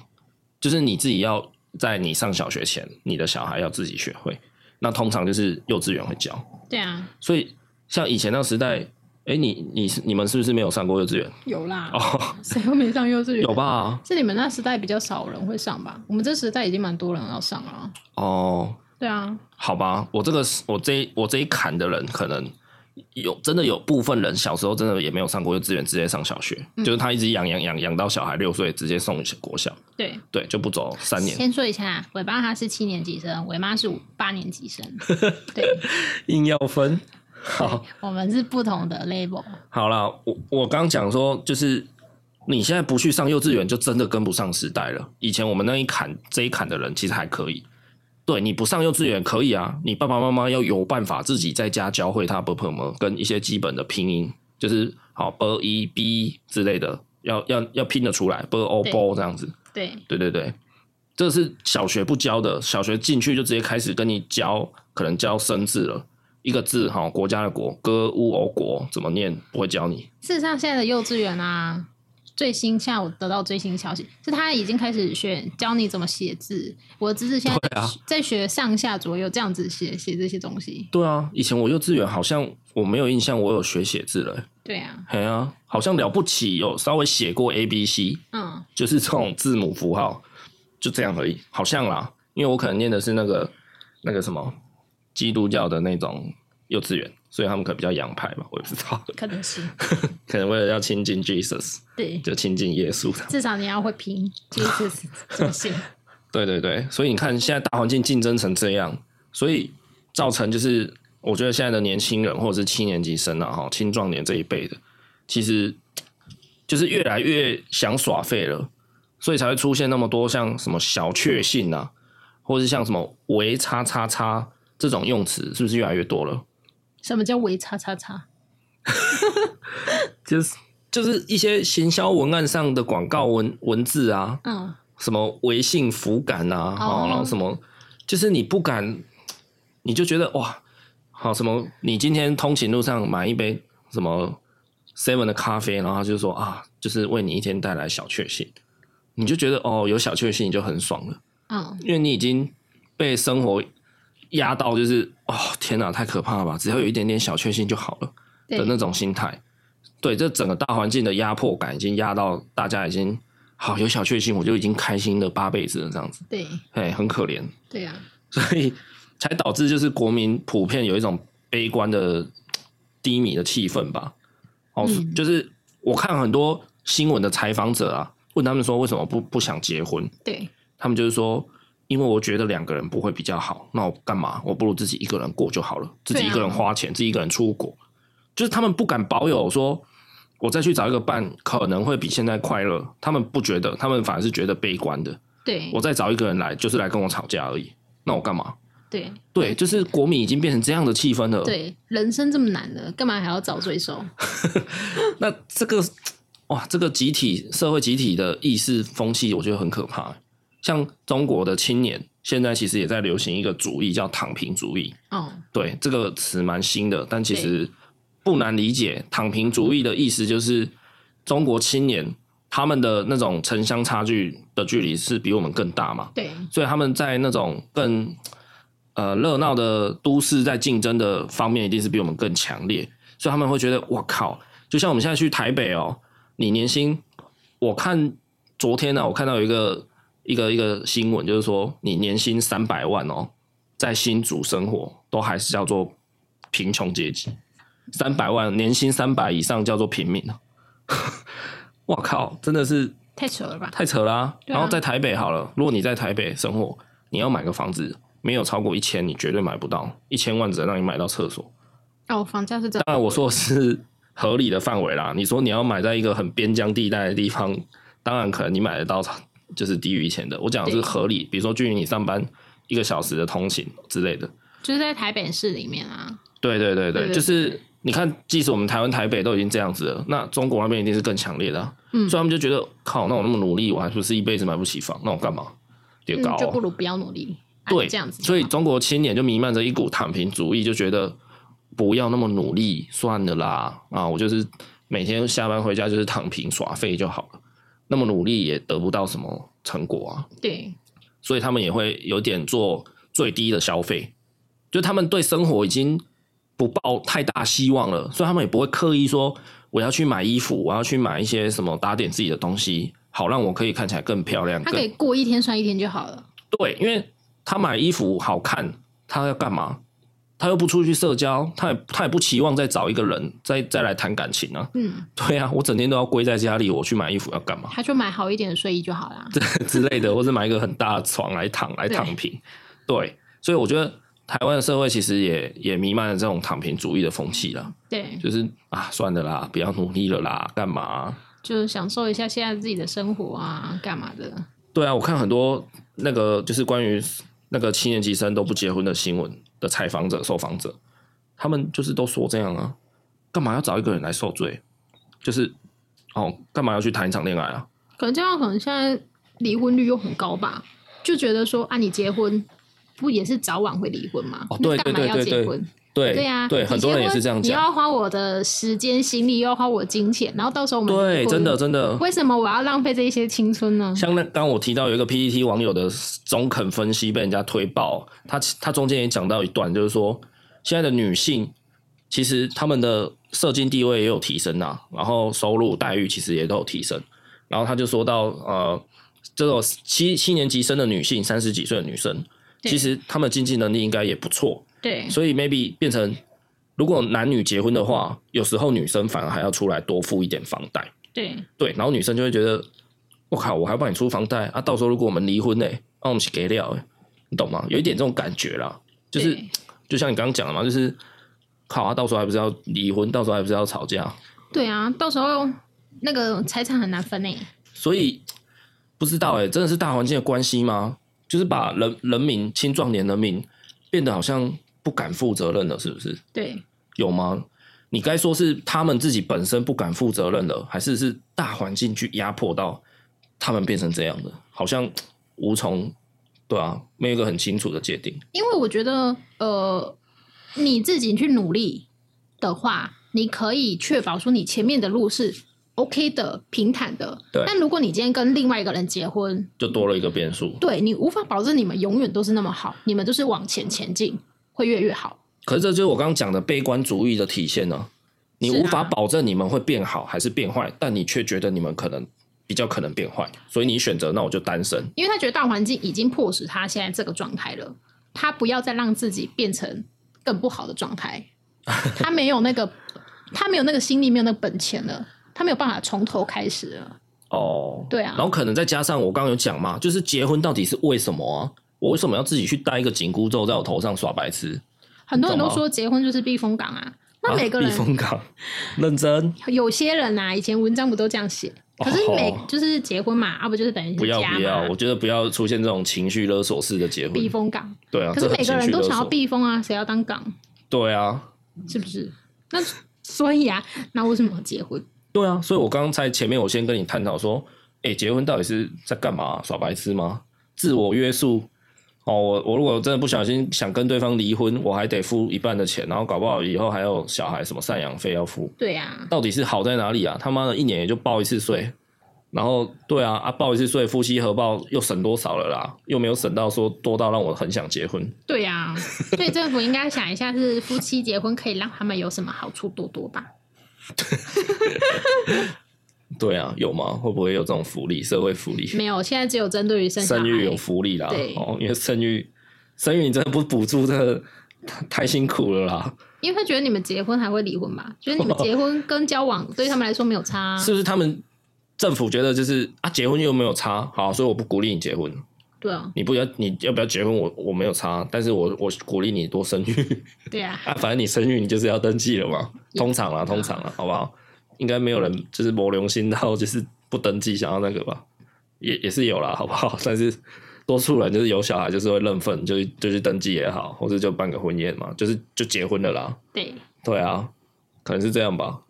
[SPEAKER 1] 就是你自己要在你上小学前，你的小孩要自己学会。那通常就是幼稚园会教，
[SPEAKER 2] 对啊，
[SPEAKER 1] 所以像以前那个时代，哎，你你是你们是不是没有上过幼稚园？
[SPEAKER 2] 有啦，
[SPEAKER 1] 哦，
[SPEAKER 2] 谁又没上幼稚园？
[SPEAKER 1] 有？吧？
[SPEAKER 2] 是你们那时代比较少人会上吧？我们这时代已经蛮多人要上了啊。
[SPEAKER 1] 哦，
[SPEAKER 2] 对啊，
[SPEAKER 1] 好吧，我这个是我这一我这一坎的人，可能有真的有部分人小时候真的也没有上过幼稚园，直接上小学，就是他一直养养养养到小孩六岁，直接送国小，
[SPEAKER 2] 对。
[SPEAKER 1] 对，就不走三年，
[SPEAKER 2] 先说一下，伟爸他是七年级生，伟妈是五八年 级生。对，
[SPEAKER 1] 硬要分。 好，
[SPEAKER 2] 我们是不同的 label。
[SPEAKER 1] 好啦，我我刚讲说，就是你现在不去上幼稚园，就真的跟不上时代了。以前我们那一坎这一坎的人，其实还可以，对你不上幼稚园可以啊，你爸爸妈妈要有办法自己在家教会他 b p m 跟一些基本的拼音，就是好 b e b 之类的，要要要拼得出来 b o b 这样子。
[SPEAKER 2] 对，
[SPEAKER 1] 对对对，这是小学不教的，小学进去就直接开始跟你教，可能教生字了，一个字哈，国家的国，歌乌欧国怎么念不会教你，
[SPEAKER 2] 事实上现在的幼稚园啊，最新下午得到最新消息是他已经开始学教你怎么写字，我的侄子现在
[SPEAKER 1] 对啊
[SPEAKER 2] 在学上下左右这样子写写这些东西。
[SPEAKER 1] 对啊，以前我幼稚园好像我没有印象，我有学写字了、
[SPEAKER 2] 对啊，
[SPEAKER 1] 嘿啊，好像了不起有稍微写过 A B C，
[SPEAKER 2] 嗯，
[SPEAKER 1] 就是这种字母符号，就这样而已，好像啦，因为我可能念的是那个那个什么基督教的那种幼稚园，所以他们可能比较洋派吧，我也不知道，
[SPEAKER 2] 可能 是
[SPEAKER 1] 可能为了要亲近 Jesus，
[SPEAKER 2] 对，
[SPEAKER 1] 就亲近耶稣 他们。
[SPEAKER 2] 至少你要会拼，就是 怎么写。
[SPEAKER 1] 对对对，所以你看现在大环境竞争成这样，所以造成就是我觉得现在的年轻人或者是七年级生啊，哈，青壮年这一辈的，其实就是越来越想耍废了，所以才会出现那么多像什么小确幸啊，或是像什么为叉叉叉这种用词，是不是越来越多了？
[SPEAKER 2] 什么叫为叉叉叉？
[SPEAKER 1] 就是就是一些行销文案上的广告文文字啊，
[SPEAKER 2] 嗯，
[SPEAKER 1] 什么微信服感啊，
[SPEAKER 2] 哦
[SPEAKER 1] 哦，然后什么，就是你不敢，你就觉得哇，好什么，你今天通勤路上买一杯什么 seven 的咖啡，然后他就说啊，就是为你一天带来小确幸，你就觉得哦，有小确幸你就很爽了，
[SPEAKER 2] 嗯，
[SPEAKER 1] 因为你已经被生活压到，就是哦天哪，太可怕了吧，只要有一点点小确幸就好了。
[SPEAKER 2] 对
[SPEAKER 1] 的，那种心态。对，这整个大环境的压迫感已经压到大家已经好有小确幸，我就已经开心了八辈子了这样子，
[SPEAKER 2] 对，
[SPEAKER 1] 哎，很可怜，
[SPEAKER 2] 对啊，
[SPEAKER 1] 所以才导致就是国民普遍有一种悲观的低迷的气氛吧。哦，
[SPEAKER 2] 嗯
[SPEAKER 1] 就是我看很多新闻的采访者啊，问他们说为什么不不想结婚，
[SPEAKER 2] 对，
[SPEAKER 1] 他们就是说，因为我觉得两个人不会比较好，那我干嘛？我不如自己一个人过就好了，自
[SPEAKER 2] 对啊
[SPEAKER 1] 己一个人花钱，自己一个人出国，就是他们不敢保有说，我再去找一个伴可能会比现在快乐，他们不觉得，他们反而是觉得悲观的。
[SPEAKER 2] 对
[SPEAKER 1] 我，再找一个人来，就是来跟我吵架而已，那我干嘛？
[SPEAKER 2] 对，
[SPEAKER 1] 对，就是国民已经变成这样的气氛了。，
[SPEAKER 2] 对，人生这么难的，干嘛还要找罪受？
[SPEAKER 1] 那这个哇，这个集体社会集体的意识风气，我觉得很可怕。像中国的青年现在其实也在流行一个主义，叫躺平主义。
[SPEAKER 2] 哦，
[SPEAKER 1] 对，这个词蛮新的，但其实不难理解。躺平主义的意思就是中国青年他们的那种城乡差距的距离是比我们更大嘛，
[SPEAKER 2] 对，
[SPEAKER 1] 所以他们在那种更呃热闹的都市在竞争的方面一定是比我们更强烈，所以他们会觉得我靠，就像我们现在去台北哦，你年薪，我看昨天呢、啊，我看到有一个一个一个新闻，就是说你年薪三百万哦，在新竹生活都还是叫做贫穷阶级，三百万年薪三百以上叫做平民 啊。我靠，真的是
[SPEAKER 2] 太扯了吧？
[SPEAKER 1] 太扯啦、
[SPEAKER 2] 对啊
[SPEAKER 1] 然后在台北好了，如果你在台北生活，你要买个房子，没有超过一千，你绝对买不到，一千万只能让你买到厕所。
[SPEAKER 2] 哦，房价是这样，
[SPEAKER 1] 当然，我说的是合理的范围啦。你说你要买在一个很边疆地带的地方，当然可能你买得到，就是低于一千的。我讲的是
[SPEAKER 2] 对
[SPEAKER 1] 合理，比如说距离你上班一个小时的通勤之类的。
[SPEAKER 2] 就是在台北市里面啊。
[SPEAKER 1] 对对对
[SPEAKER 2] 对
[SPEAKER 1] 对，
[SPEAKER 2] 对
[SPEAKER 1] 就是你看，即使我们台湾台北都已经这样子了，那中国那边一定是更强烈的、啊。
[SPEAKER 2] 嗯
[SPEAKER 1] 所以他们就觉得，靠，那我那么努力，我还不是一辈子买不起房？那我干嘛？啊跌高、
[SPEAKER 2] 嗯，就不如不要努力，啊
[SPEAKER 1] 对，
[SPEAKER 2] 这样子就好。
[SPEAKER 1] 所以中国青年就弥漫着一股躺平主义，就觉得不要那么努力，算了啦，啊，我就是每天下班回家就是躺平耍废就好了，那么努力也得不到什么成果啊，
[SPEAKER 2] 对
[SPEAKER 1] 所以他们也会有点做最低的消费，就他们对生活已经不抱太大希望了，所以他们也不会刻意说我要去买衣服，我要去买一些什么打点自己的东西，好让我可以看起来更漂亮，
[SPEAKER 2] 他
[SPEAKER 1] 更
[SPEAKER 2] 可以过一天算一天就好了。
[SPEAKER 1] 对，因为他买衣服好看，他要干嘛？他又不出去社交，他也他也不期望再找一个人再再来谈感情啊。
[SPEAKER 2] 嗯，
[SPEAKER 1] 对啊，我整天都要归在家里，我去买衣服要干嘛
[SPEAKER 2] 他就买好一点的睡衣就好啦。
[SPEAKER 1] 之类的，或者买一个很大的床来躺来
[SPEAKER 2] 对
[SPEAKER 1] 躺平。对，所以我觉得台湾的社会其实也也弥漫着这种躺平主义的风气啦，
[SPEAKER 2] 对，
[SPEAKER 1] 就是啊，算了啦，不要努力了啦，干嘛啊、
[SPEAKER 2] 就是享受一下现在自己的生活啊，干嘛的？
[SPEAKER 1] 对啊，我看很多那个就是关于那个七年级生都不结婚的新闻的采访者、受访者，他们就是都说这样啊，干嘛要找一个人来受罪？就是哦，干嘛要去谈一场恋爱啊？
[SPEAKER 2] 可能这样，可能现在离婚率又很高吧，就觉得说啊，你结婚不也是早晚会离婚吗？
[SPEAKER 1] 哦
[SPEAKER 2] 那
[SPEAKER 1] 对
[SPEAKER 2] 干嘛
[SPEAKER 1] 对
[SPEAKER 2] 要
[SPEAKER 1] 对
[SPEAKER 2] 结
[SPEAKER 1] 对
[SPEAKER 2] 婚？
[SPEAKER 1] 对
[SPEAKER 2] 对呀、
[SPEAKER 1] 对，
[SPEAKER 2] 你
[SPEAKER 1] 很多人
[SPEAKER 2] 结
[SPEAKER 1] 也
[SPEAKER 2] 婚
[SPEAKER 1] 是这样
[SPEAKER 2] 你又
[SPEAKER 1] 讲。
[SPEAKER 2] 要花我的时间、心力，又要花我金钱，然后到时候我们离
[SPEAKER 1] 对，
[SPEAKER 2] 婚
[SPEAKER 1] 真的，真的，
[SPEAKER 2] 为什么我要浪费这一些青春呢？
[SPEAKER 1] 像那刚我提到有一个 PPT 网友的中肯分析被人家推爆，他他中间也讲到一段，就是说现在的女性其实她们的社经地位也有提升呐、然后收入待遇其实也都有提升。然后他就说到，呃，这种七七年级生的女性，三十几岁的女生，
[SPEAKER 2] 对
[SPEAKER 1] 其实她们经济能力应该也不错，
[SPEAKER 2] 对
[SPEAKER 1] 所以 maybe 变成如果男女结婚的话，有时候女生反而还要出来多付一点房贷。
[SPEAKER 2] 对
[SPEAKER 1] 对，然后女生就会觉得，我靠，我还帮你出房贷啊！到时候如果我们离婚呢、那、我们是给了、欸，你懂吗？有一点这种感觉啦，就是
[SPEAKER 2] 对
[SPEAKER 1] 就像你刚刚讲的嘛，就是靠啊，到时候还不是要离婚，到时候还不是要吵架，
[SPEAKER 2] 对啊，到时候那个财产很难分欸诶、
[SPEAKER 1] 所以不知道哎、真的是大环境的关系吗？就是把人人民青壮年人民变得好像不敢负责任了，是不是？
[SPEAKER 2] 对，
[SPEAKER 1] 有吗？你该说是他们自己本身不敢负责任了，还是是大环境去压迫到他们变成这样的？好像嘖无从对啊，没有一个很清楚的界定。
[SPEAKER 2] 因为我觉得呃，你自己去努力的话，你可以确保说你前面的路是 OK 的、平坦的。
[SPEAKER 1] 对
[SPEAKER 2] 但如果你今天跟另外一个人结婚，
[SPEAKER 1] 就多了一个变数。
[SPEAKER 2] 对你无法保证你们永远都是那么好，你们就是往前前进，会越来越好。
[SPEAKER 1] 可是这就是我刚刚讲的悲观主义的体现呢、你
[SPEAKER 2] 是啊
[SPEAKER 1] 无法保证你们会变好还是变坏，但你却觉得你们可能比较可能变坏，所以你选择那我就单身。
[SPEAKER 2] 因为他觉得大环境已经迫使他现在这个状态了，他不要再让自己变成更不好的 状态。他没有那个，他没有那个心力，没有那个本钱了，他没有办法从头开始了。
[SPEAKER 1] 哦，
[SPEAKER 2] 对啊
[SPEAKER 1] 然后可能再加上我刚刚有讲嘛，就是结婚到底是为什么啊？我为什么要自己去戴一个紧箍咒在我头上耍白痴？
[SPEAKER 2] 很多人
[SPEAKER 1] 你
[SPEAKER 2] 都
[SPEAKER 1] 懂吗
[SPEAKER 2] 说结婚就是避风港啊，那
[SPEAKER 1] 啊
[SPEAKER 2] 每个人、
[SPEAKER 1] 避风港， 认真
[SPEAKER 2] 有些人啊，以前文章不都这样写？可是
[SPEAKER 1] 哦
[SPEAKER 2] 每、就是结婚嘛，啊不就是等于
[SPEAKER 1] 不
[SPEAKER 2] 是
[SPEAKER 1] 要
[SPEAKER 2] 家
[SPEAKER 1] 不要，我
[SPEAKER 2] 嘛，
[SPEAKER 1] 觉得不要出现这种情绪勒索式的结
[SPEAKER 2] 避
[SPEAKER 1] 婚。
[SPEAKER 2] 风港。
[SPEAKER 1] 对啊，
[SPEAKER 2] 可是
[SPEAKER 1] 这很
[SPEAKER 2] 每个人
[SPEAKER 1] 情绪
[SPEAKER 2] 都
[SPEAKER 1] 勒
[SPEAKER 2] 想要
[SPEAKER 1] 索。
[SPEAKER 2] 避风啊，谁要当港？
[SPEAKER 1] 对啊，
[SPEAKER 2] 是不是？那所以啊，那为什么要结婚？
[SPEAKER 1] 对啊，所以我刚才前面我先跟你探讨说，哎、结婚到底是在干嘛、耍白痴吗？自我约束。哦，我我如果真的不小心想跟对方离婚，我还得付一半的钱，然后搞不好以后还有小孩什么赡养费要付。
[SPEAKER 2] 对啊，
[SPEAKER 1] 到底是好在哪里啊？他妈的，一年也就报一次税，然后对啊，啊报一次税，夫妻合报又省多少了啦？又没有省到说多到让我很想结婚。
[SPEAKER 2] 对啊，所以政府应该想一下，是夫妻结婚可以让他们有什么好处多多吧？
[SPEAKER 1] 对啊，有吗？会不会有这种福利？社会福利，
[SPEAKER 2] 没有，现在只有针对于生小
[SPEAKER 1] 生育有
[SPEAKER 2] 孩。
[SPEAKER 1] 福利啦。
[SPEAKER 2] 对
[SPEAKER 1] 哦，因为生育，生育你真的不补助，真的太太辛苦了啦。
[SPEAKER 2] 因为他觉得你们结婚还会离婚吧？觉得你们结婚跟交往对他们来说没有差啊、
[SPEAKER 1] 是不是他们政府觉得就是啊，结婚又没有差，好，所以我不鼓励你结婚。
[SPEAKER 2] 对啊，
[SPEAKER 1] 你不要你要不要结婚我？我没有差，但是我我鼓励你多生育。
[SPEAKER 2] 对啊，
[SPEAKER 1] 啊，反正你生育你就是要登记了嘛，
[SPEAKER 2] Yeah.
[SPEAKER 1] 通常啦，通常啦，好不好？应该没有人就是没良心到就是不登记想要那个吧，也也是有啦，好不好？ 但是多数人就是有小孩就是会认份，就是就去登记也好，或者就办个婚宴嘛，就是就结婚了啦，
[SPEAKER 2] 对，
[SPEAKER 1] 对啊，可能是这样吧。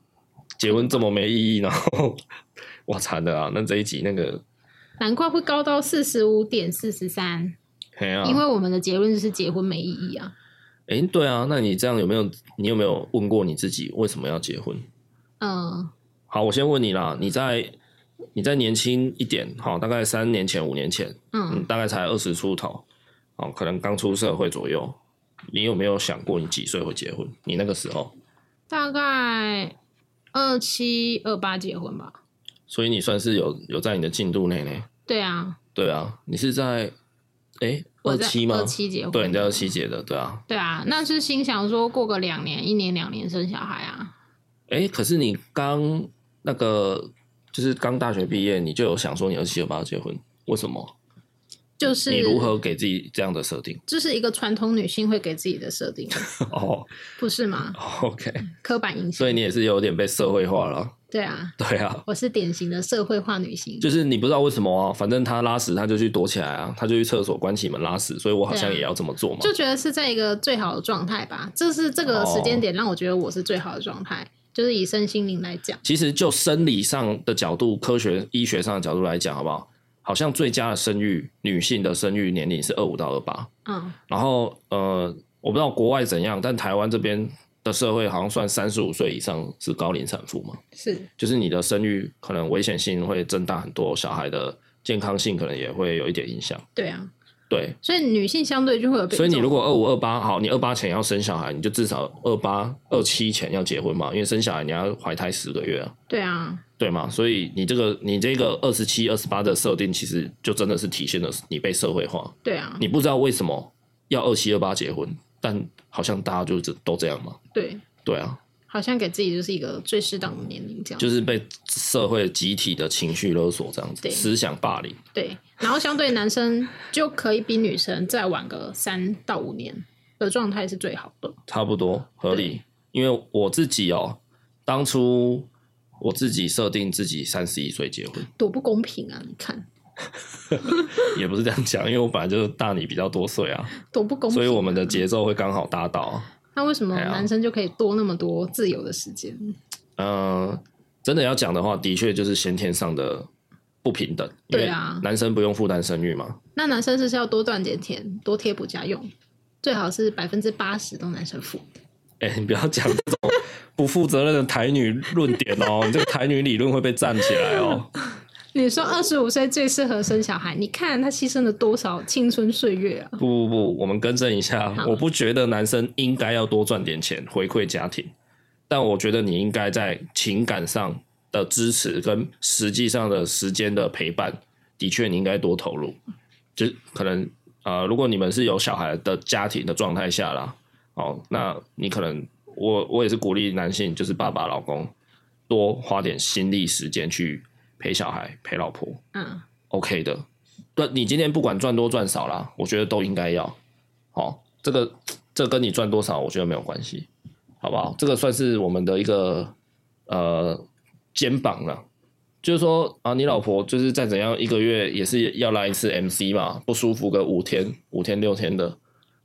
[SPEAKER 1] 结婚这么没意义，然后 哇惨的啊！那这一集那个，
[SPEAKER 2] 难怪会高到四十五点四十三，
[SPEAKER 1] 哎呀、
[SPEAKER 2] 因为我们的结论就是结婚没意义啊。
[SPEAKER 1] 哎、对啊，那你这样有没有？你有没有问过你自己为什么要结婚？
[SPEAKER 2] 嗯，
[SPEAKER 1] 好，我先问你啦，你在你在年轻一点，好，大概三年前、五年前，嗯，
[SPEAKER 2] 嗯，
[SPEAKER 1] 大概才二十出头，哦，可能刚出社会左右，你有没有想过你几岁会结婚？你那个时候，
[SPEAKER 2] 大概二七二八结婚吧。
[SPEAKER 1] 所以你算是有有在你的进度内呢？
[SPEAKER 2] 对啊，
[SPEAKER 1] 对啊，你是在哎
[SPEAKER 2] 我
[SPEAKER 1] 二
[SPEAKER 2] 在
[SPEAKER 1] 七吗？
[SPEAKER 2] 二七结婚，
[SPEAKER 1] 对，你在二七结的，对啊。
[SPEAKER 2] 对啊，那是心想说过个两年、一年、两年生小孩啊。
[SPEAKER 1] 哎，可是你刚那个就是刚大学毕业，你就有想说你二七二八要结婚，为什么？
[SPEAKER 2] 就是
[SPEAKER 1] 你如何给自己这样的设定？
[SPEAKER 2] 这是一个传统女性会给自己的 设定，
[SPEAKER 1] 哦
[SPEAKER 2] 不是吗？
[SPEAKER 1] ，OK。
[SPEAKER 2] 刻板印象。
[SPEAKER 1] 所以你也是有点被社会化了。
[SPEAKER 2] 对啊，
[SPEAKER 1] 对啊，
[SPEAKER 2] 我是典型的社会化女性。
[SPEAKER 1] 就是你不知道为什么啊，反正他拉屎他就去躲起来啊，他就去厕所关起门拉屎，所以我好像
[SPEAKER 2] 对啊
[SPEAKER 1] 也要这么做嘛。
[SPEAKER 2] 就觉得是在一个最好的状态吧。这是这
[SPEAKER 1] 哦
[SPEAKER 2] 个时间点让我觉得我是最好的状态，就是以身心灵来讲，
[SPEAKER 1] 其实就生理上的角度、科学医学上的角度来讲，好不好？好像最佳的生育女性的生育年龄是二五到二八，
[SPEAKER 2] 嗯，
[SPEAKER 1] 然后呃，我不知道国外怎样，但台湾这边的社会好像算三十五岁以上是高龄产妇嘛，
[SPEAKER 2] 是
[SPEAKER 1] 就是你的生育可能危险性会增大很多，小孩的健康性可能也会有一点影响。
[SPEAKER 2] 对啊。
[SPEAKER 1] 对，
[SPEAKER 2] 所以女性相对就会有被，
[SPEAKER 1] 所以你如果二五二八好，你二八前要生小孩，你就至少二八二七前要结婚嘛，因为生小孩你要怀胎十个月啊。
[SPEAKER 2] 对啊，
[SPEAKER 1] 对嘛？所以你这个你这个二十七、二十八的设定，其实就真的是体现了你被社会化。
[SPEAKER 2] 对啊，
[SPEAKER 1] 你不知道为什么要二七、二八结婚，但好像大家就这都这样嘛。
[SPEAKER 2] 对，
[SPEAKER 1] 对啊，
[SPEAKER 2] 好像给自己就是一个最适当的年龄这样，
[SPEAKER 1] 就是被社会集体的情绪勒索这样子，
[SPEAKER 2] 对
[SPEAKER 1] 思想霸凌。
[SPEAKER 2] 对。然后相对男生就可以比女生再晚个三到五年的状态是最好的，
[SPEAKER 1] 差不多合理。因为我自己哦，当初我自己设定自己三十一岁结婚，
[SPEAKER 2] 多不公平啊！你看
[SPEAKER 1] 也不是这样讲，因为我本来就是大你比较多岁啊，
[SPEAKER 2] 多不公平啊、
[SPEAKER 1] 所以我们的节奏会刚好搭到啊。
[SPEAKER 2] 那为什么
[SPEAKER 1] 哎呀
[SPEAKER 2] 男生就可以多那么多自由的时间？
[SPEAKER 1] 嗯，真的要讲的话，的确就是先天上的不平等。因为
[SPEAKER 2] 对啊
[SPEAKER 1] 男生不用负担生育嘛，
[SPEAKER 2] 那男生是不是要多赚点钱，多贴补家用？最好是百分之八十都男生付。
[SPEAKER 1] 哎、你不要讲这种不负责任的台女论点哦，你这个台女理论会被站起来哦。
[SPEAKER 2] 你说二十五岁最适合生小孩，你看他牺牲了多少青春岁月啊！
[SPEAKER 1] 不不不，我们更正一下，
[SPEAKER 2] 好
[SPEAKER 1] 我不觉得男生应该要多赚点钱回馈家庭，但我觉得你应该在情感上的支持跟实际上的时间的陪伴，的确你应该多投入。就是可能呃，如果你们是有小孩的家庭的状态下啦，哦，那你可能我我也是鼓励男性，就是爸爸、老公多花点心力时间去陪小孩、陪老婆，
[SPEAKER 2] 嗯，
[SPEAKER 1] OK 的。对，你今天不管赚多赚少啦，我觉得都应该要。好、这个这跟你赚多少，我觉得没有关系，好不好？这个算是我们的一个呃肩膀了。就是说啊，你老婆就是再怎样，一个月也是要来一次 MC 嘛，不舒服个五天、五天六天的。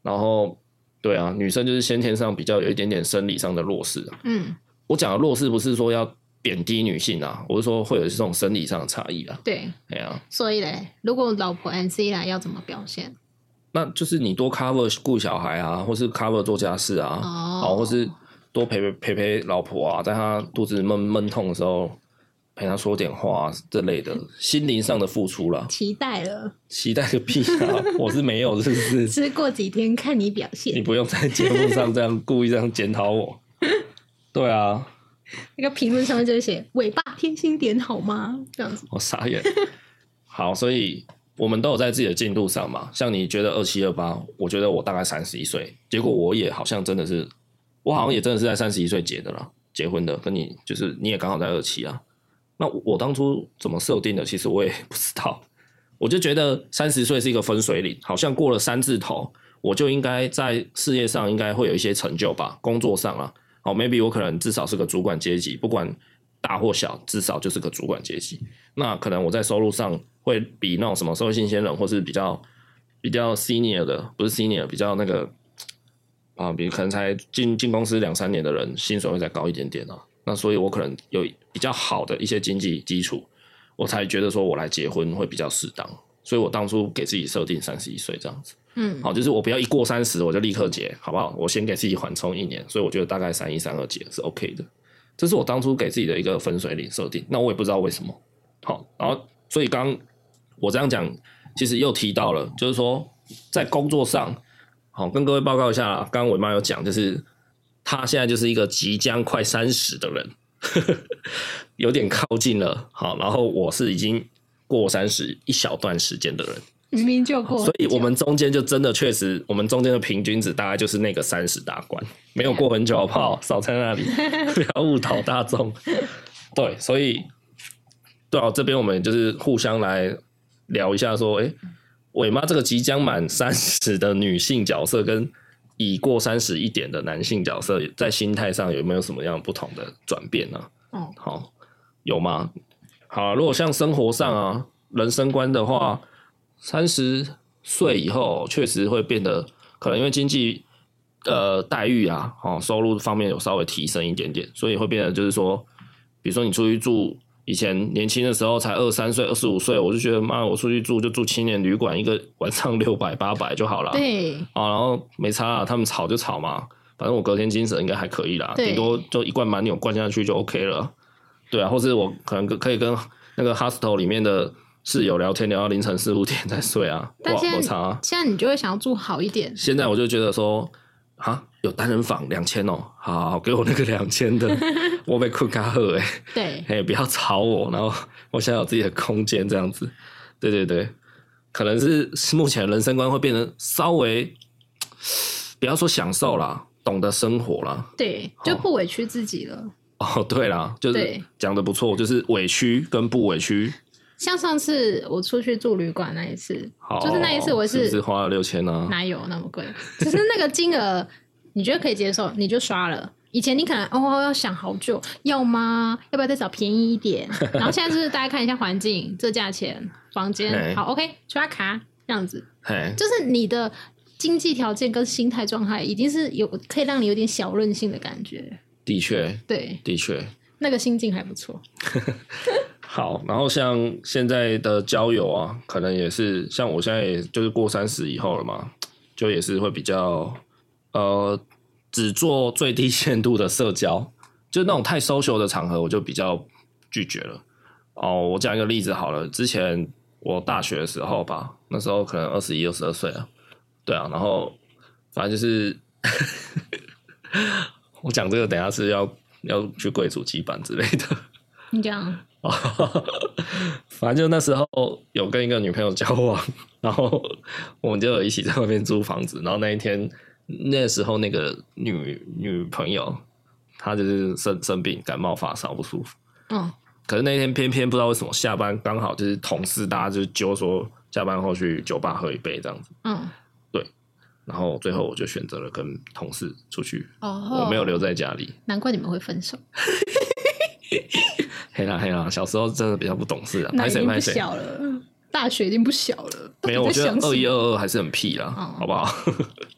[SPEAKER 1] 然后，对啊，女生就是先天上比较有一点点生理上的弱势啊。
[SPEAKER 2] 嗯，
[SPEAKER 1] 我讲的弱势不是说要贬低女性啊，我是说会有这种生理上的差异啊。
[SPEAKER 2] 对。
[SPEAKER 1] 哎呀、
[SPEAKER 2] 所以嘞，如果老婆 MC 来要怎么表现？
[SPEAKER 1] 那就是你多 cover 顾小孩啊，或是 cover 做家事啊，
[SPEAKER 2] 哦
[SPEAKER 1] 好，或是多陪陪陪陪老婆啊，在她肚子闷闷痛的时候，陪她说点话、啊、这类的，心灵上的付出啦。
[SPEAKER 2] 期待了，
[SPEAKER 1] 期待个屁啊！我是没有，是不是？
[SPEAKER 2] 是过几天看你表
[SPEAKER 1] 你
[SPEAKER 2] 现。
[SPEAKER 1] 不用在节目上这样故意这样检讨我。对啊，
[SPEAKER 2] 那个评论上面就会写尾巴贴心点好吗？这样子。
[SPEAKER 1] 我傻眼。好，所以我们都有在自己的进度上嘛。像你觉得二七二八，我觉得我大概三十一岁，结果我也好像真的是，我好像也真的是在三十一岁结的啦，结婚的。跟你就是你也刚好在二七啊。那我我当初怎么设定的，其实我也不知道。我就觉得三十岁是一个分水岭，好像过了三字头，我就应该在事业上应该会有一些成就吧，工作上啊，哦，maybe 我可能至少是个主管阶级，不管大或小，至少就是个主管阶级。那可能我在收入上会比那种什么社会新鲜人，或是比较比较 senior 的，不是 senior，比较那个啊，比可能才进进公司两三年的人，薪水会再高一点点啊。那所以我可能有比较好的一些经济基础，我才觉得说我来结婚会比较适当。所以我当初给自己设定三十一岁这样子，
[SPEAKER 2] 嗯，
[SPEAKER 1] 好，就是我不要一过三十我就立刻结，好不好？我先给自己缓冲一年，所以我觉得大概三一三二结是 OK 的。这是我当初给自己的一个分水岭设定，那我也不知道为什么。好，然后所以刚我这样讲，其实又提到了，就是说在工作上，好跟各位报告一下啦，刚刚伟妈有讲，就是她现在就是一个即将快三十的人， 有点靠近了。好，然后我是已经过三十一小段时间的人，
[SPEAKER 2] 明明就过，
[SPEAKER 1] 所以我们中间就真的确实，我们中间的平均值大概就是那个三十大关，没有过很久，好不好？少在那里， 不要误导大众。对，所以对啊，这边我们就是互相来聊一下，说，哎、伟妈这个即将满三十的女性角色跟已过三十一点的男性角色，在心态上有没有什么样不同的转变呢、
[SPEAKER 2] 哦，
[SPEAKER 1] 好，有吗？好啊、如果像生活上啊、人生观的话，三十岁以后确实会变得可能因为经济呃待遇啊，哦收入方面有稍微提升一点点，所以会变得就是说，比如说你出去住，以前年轻的时候才二三岁、二十五岁，我就觉得妈，我出去住就住青年旅馆，一个晚上六百八百就好了。
[SPEAKER 2] 对，
[SPEAKER 1] 啊，然后没差啦，他们吵就吵嘛，反正我隔天精神应该还可以啦，
[SPEAKER 2] 对
[SPEAKER 1] 顶多就一罐蛮牛灌下去就 OK 了。对啊，或是我可能跟可以跟那个 hostel 里面的室友聊天，聊到凌晨四五点再睡啊，
[SPEAKER 2] 但
[SPEAKER 1] 哇，
[SPEAKER 2] 现在
[SPEAKER 1] 没差、啊。
[SPEAKER 2] 现在你就会想要住好一点，
[SPEAKER 1] 现在我就觉得说，啊，有单人房两千哦，好好给我那个两千的， 我被困咖喝哎，
[SPEAKER 2] 对，
[SPEAKER 1] 哎，不要吵我，然后我想要有自己的空间这样子。对对对，可能是是目前的人生观会变得稍微，不要说享受啦，懂得生活啦。
[SPEAKER 2] 对，
[SPEAKER 1] 好
[SPEAKER 2] 就不委屈自己了。
[SPEAKER 1] 哦，对啦，就是
[SPEAKER 2] 对
[SPEAKER 1] 讲的不错，就是委屈跟不委屈。
[SPEAKER 2] 像上次我出去住旅馆那一次，
[SPEAKER 1] 好，
[SPEAKER 2] 就是那一次我
[SPEAKER 1] 哦是不是花了六千啊呢？
[SPEAKER 2] 哪有那么贵？只是那个金额，你觉得可以接受，你就刷了。以前你可能哦要想好久，要吗？要不要再找便宜 一点？然后现在就是大家看一下环境，这价钱，房
[SPEAKER 1] 嘿
[SPEAKER 2] 间好 OK，刷卡这样子，
[SPEAKER 1] 嘿，
[SPEAKER 2] 就是你的经济条件跟心态状态已经是有可以让你有点小任性的感觉。
[SPEAKER 1] 的确，
[SPEAKER 2] 对，
[SPEAKER 1] 的确。
[SPEAKER 2] 那个心境还不错。
[SPEAKER 1] 好，然后像现在的交友啊，可能也是像我现在也就是过三十以后了嘛，就也是会比较呃，只做最低限度的社交，就那种太 social 的场合，我就比较拒绝了。哦，我讲一个例子好了，之前我大学的时候吧，那时候可能二十一、二十二岁啊，对啊，然后反正就是 我讲这个，等一下是要要去跪主机板之类的。
[SPEAKER 2] 你讲，
[SPEAKER 1] 哦， 反正就那时候有跟一个女朋友交往，然后我们就有一起在外面租房子。然后那一天，那时候那个女女朋友她就是生生病，感冒发烧不舒服。
[SPEAKER 2] 嗯，
[SPEAKER 1] 可是那一天偏偏不知道为什么下班刚好就是同事大家就揪说下班后去酒吧喝一杯这样子。
[SPEAKER 2] 嗯，
[SPEAKER 1] 然后最后我就选择了跟同事出去，
[SPEAKER 2] 哦，
[SPEAKER 1] 我没有，留在家里。
[SPEAKER 2] 难怪你们会分手，
[SPEAKER 1] 嘿啦嘿啦，小时候真的比较不懂事啊，
[SPEAKER 2] 那
[SPEAKER 1] 拍
[SPEAKER 2] 已
[SPEAKER 1] 谁
[SPEAKER 2] 经不
[SPEAKER 1] 拍谁。
[SPEAKER 2] 小了，大学已经不小了。
[SPEAKER 1] 没有，我觉得
[SPEAKER 2] 到
[SPEAKER 1] 二
[SPEAKER 2] 底
[SPEAKER 1] 一
[SPEAKER 2] 在
[SPEAKER 1] 二二还是很屁啦，
[SPEAKER 2] 哦
[SPEAKER 1] 好不好？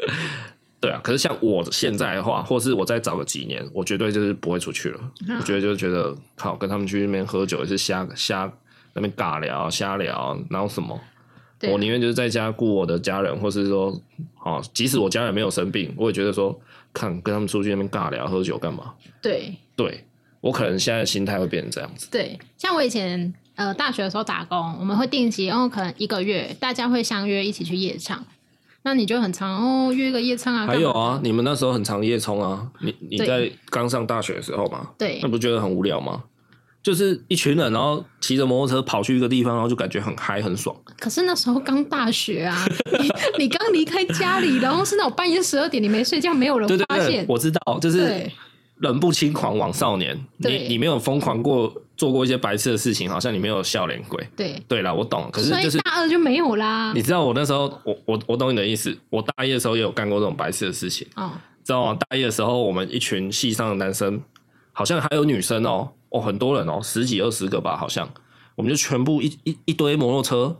[SPEAKER 1] 对啊，可是像我现在的话，或是我再找个几年，我绝对就是不会出去了。
[SPEAKER 2] 嗯
[SPEAKER 1] 我觉得就是觉得，靠，跟他们去那边喝酒也是瞎瞎那边尬聊、瞎聊，然后什么，
[SPEAKER 2] 对啊
[SPEAKER 1] 我宁愿就是在家顾我的家人，或是说，哦，即使我家人没有生病，我也觉得说，看跟他们出去那边尬聊、喝酒干嘛？
[SPEAKER 2] 对
[SPEAKER 1] 对我可能现在的心态会变成这样子。
[SPEAKER 2] 对，像我以前呃大学的时候打工，我们会定期，哦，可能一个月大家会相约一起去夜唱，那你就很常哦约一个夜唱啊，
[SPEAKER 1] 还有
[SPEAKER 2] 干嘛，
[SPEAKER 1] 啊，你们那时候很常夜冲啊，你你
[SPEAKER 2] 对
[SPEAKER 1] 在刚上大学的时候嘛，
[SPEAKER 2] 对
[SPEAKER 1] 那不觉得很无聊吗？就是一群人，然后骑着摩托车跑去一个地方，然后就感觉很嗨很爽。
[SPEAKER 2] 可是那时候刚大学 啊，你 你刚离开家里，然后是那种半夜十二点你没睡觉，没有人
[SPEAKER 1] 对对
[SPEAKER 2] 发
[SPEAKER 1] 对
[SPEAKER 2] 现，，
[SPEAKER 1] 我知道，就是人不轻狂枉少年。你
[SPEAKER 2] 对
[SPEAKER 1] 你没有疯狂过，做过一些白痴的事情，好像你没有笑脸鬼。
[SPEAKER 2] 对
[SPEAKER 1] 对啦，我懂，可
[SPEAKER 2] 对，
[SPEAKER 1] 是
[SPEAKER 2] 所
[SPEAKER 1] 就
[SPEAKER 2] 以
[SPEAKER 1] 是
[SPEAKER 2] 大二就没有啦
[SPEAKER 1] 你。知道我那时候，我我我懂你的意思。我大一的时候也有干过这种白痴的事情，
[SPEAKER 2] 哦，
[SPEAKER 1] 知道吗？大一的时候，我们一群系上的男生，好像还有女生哦，哦，很多人哦，十几二十个吧，好像，我们就全部一一一堆摩托车，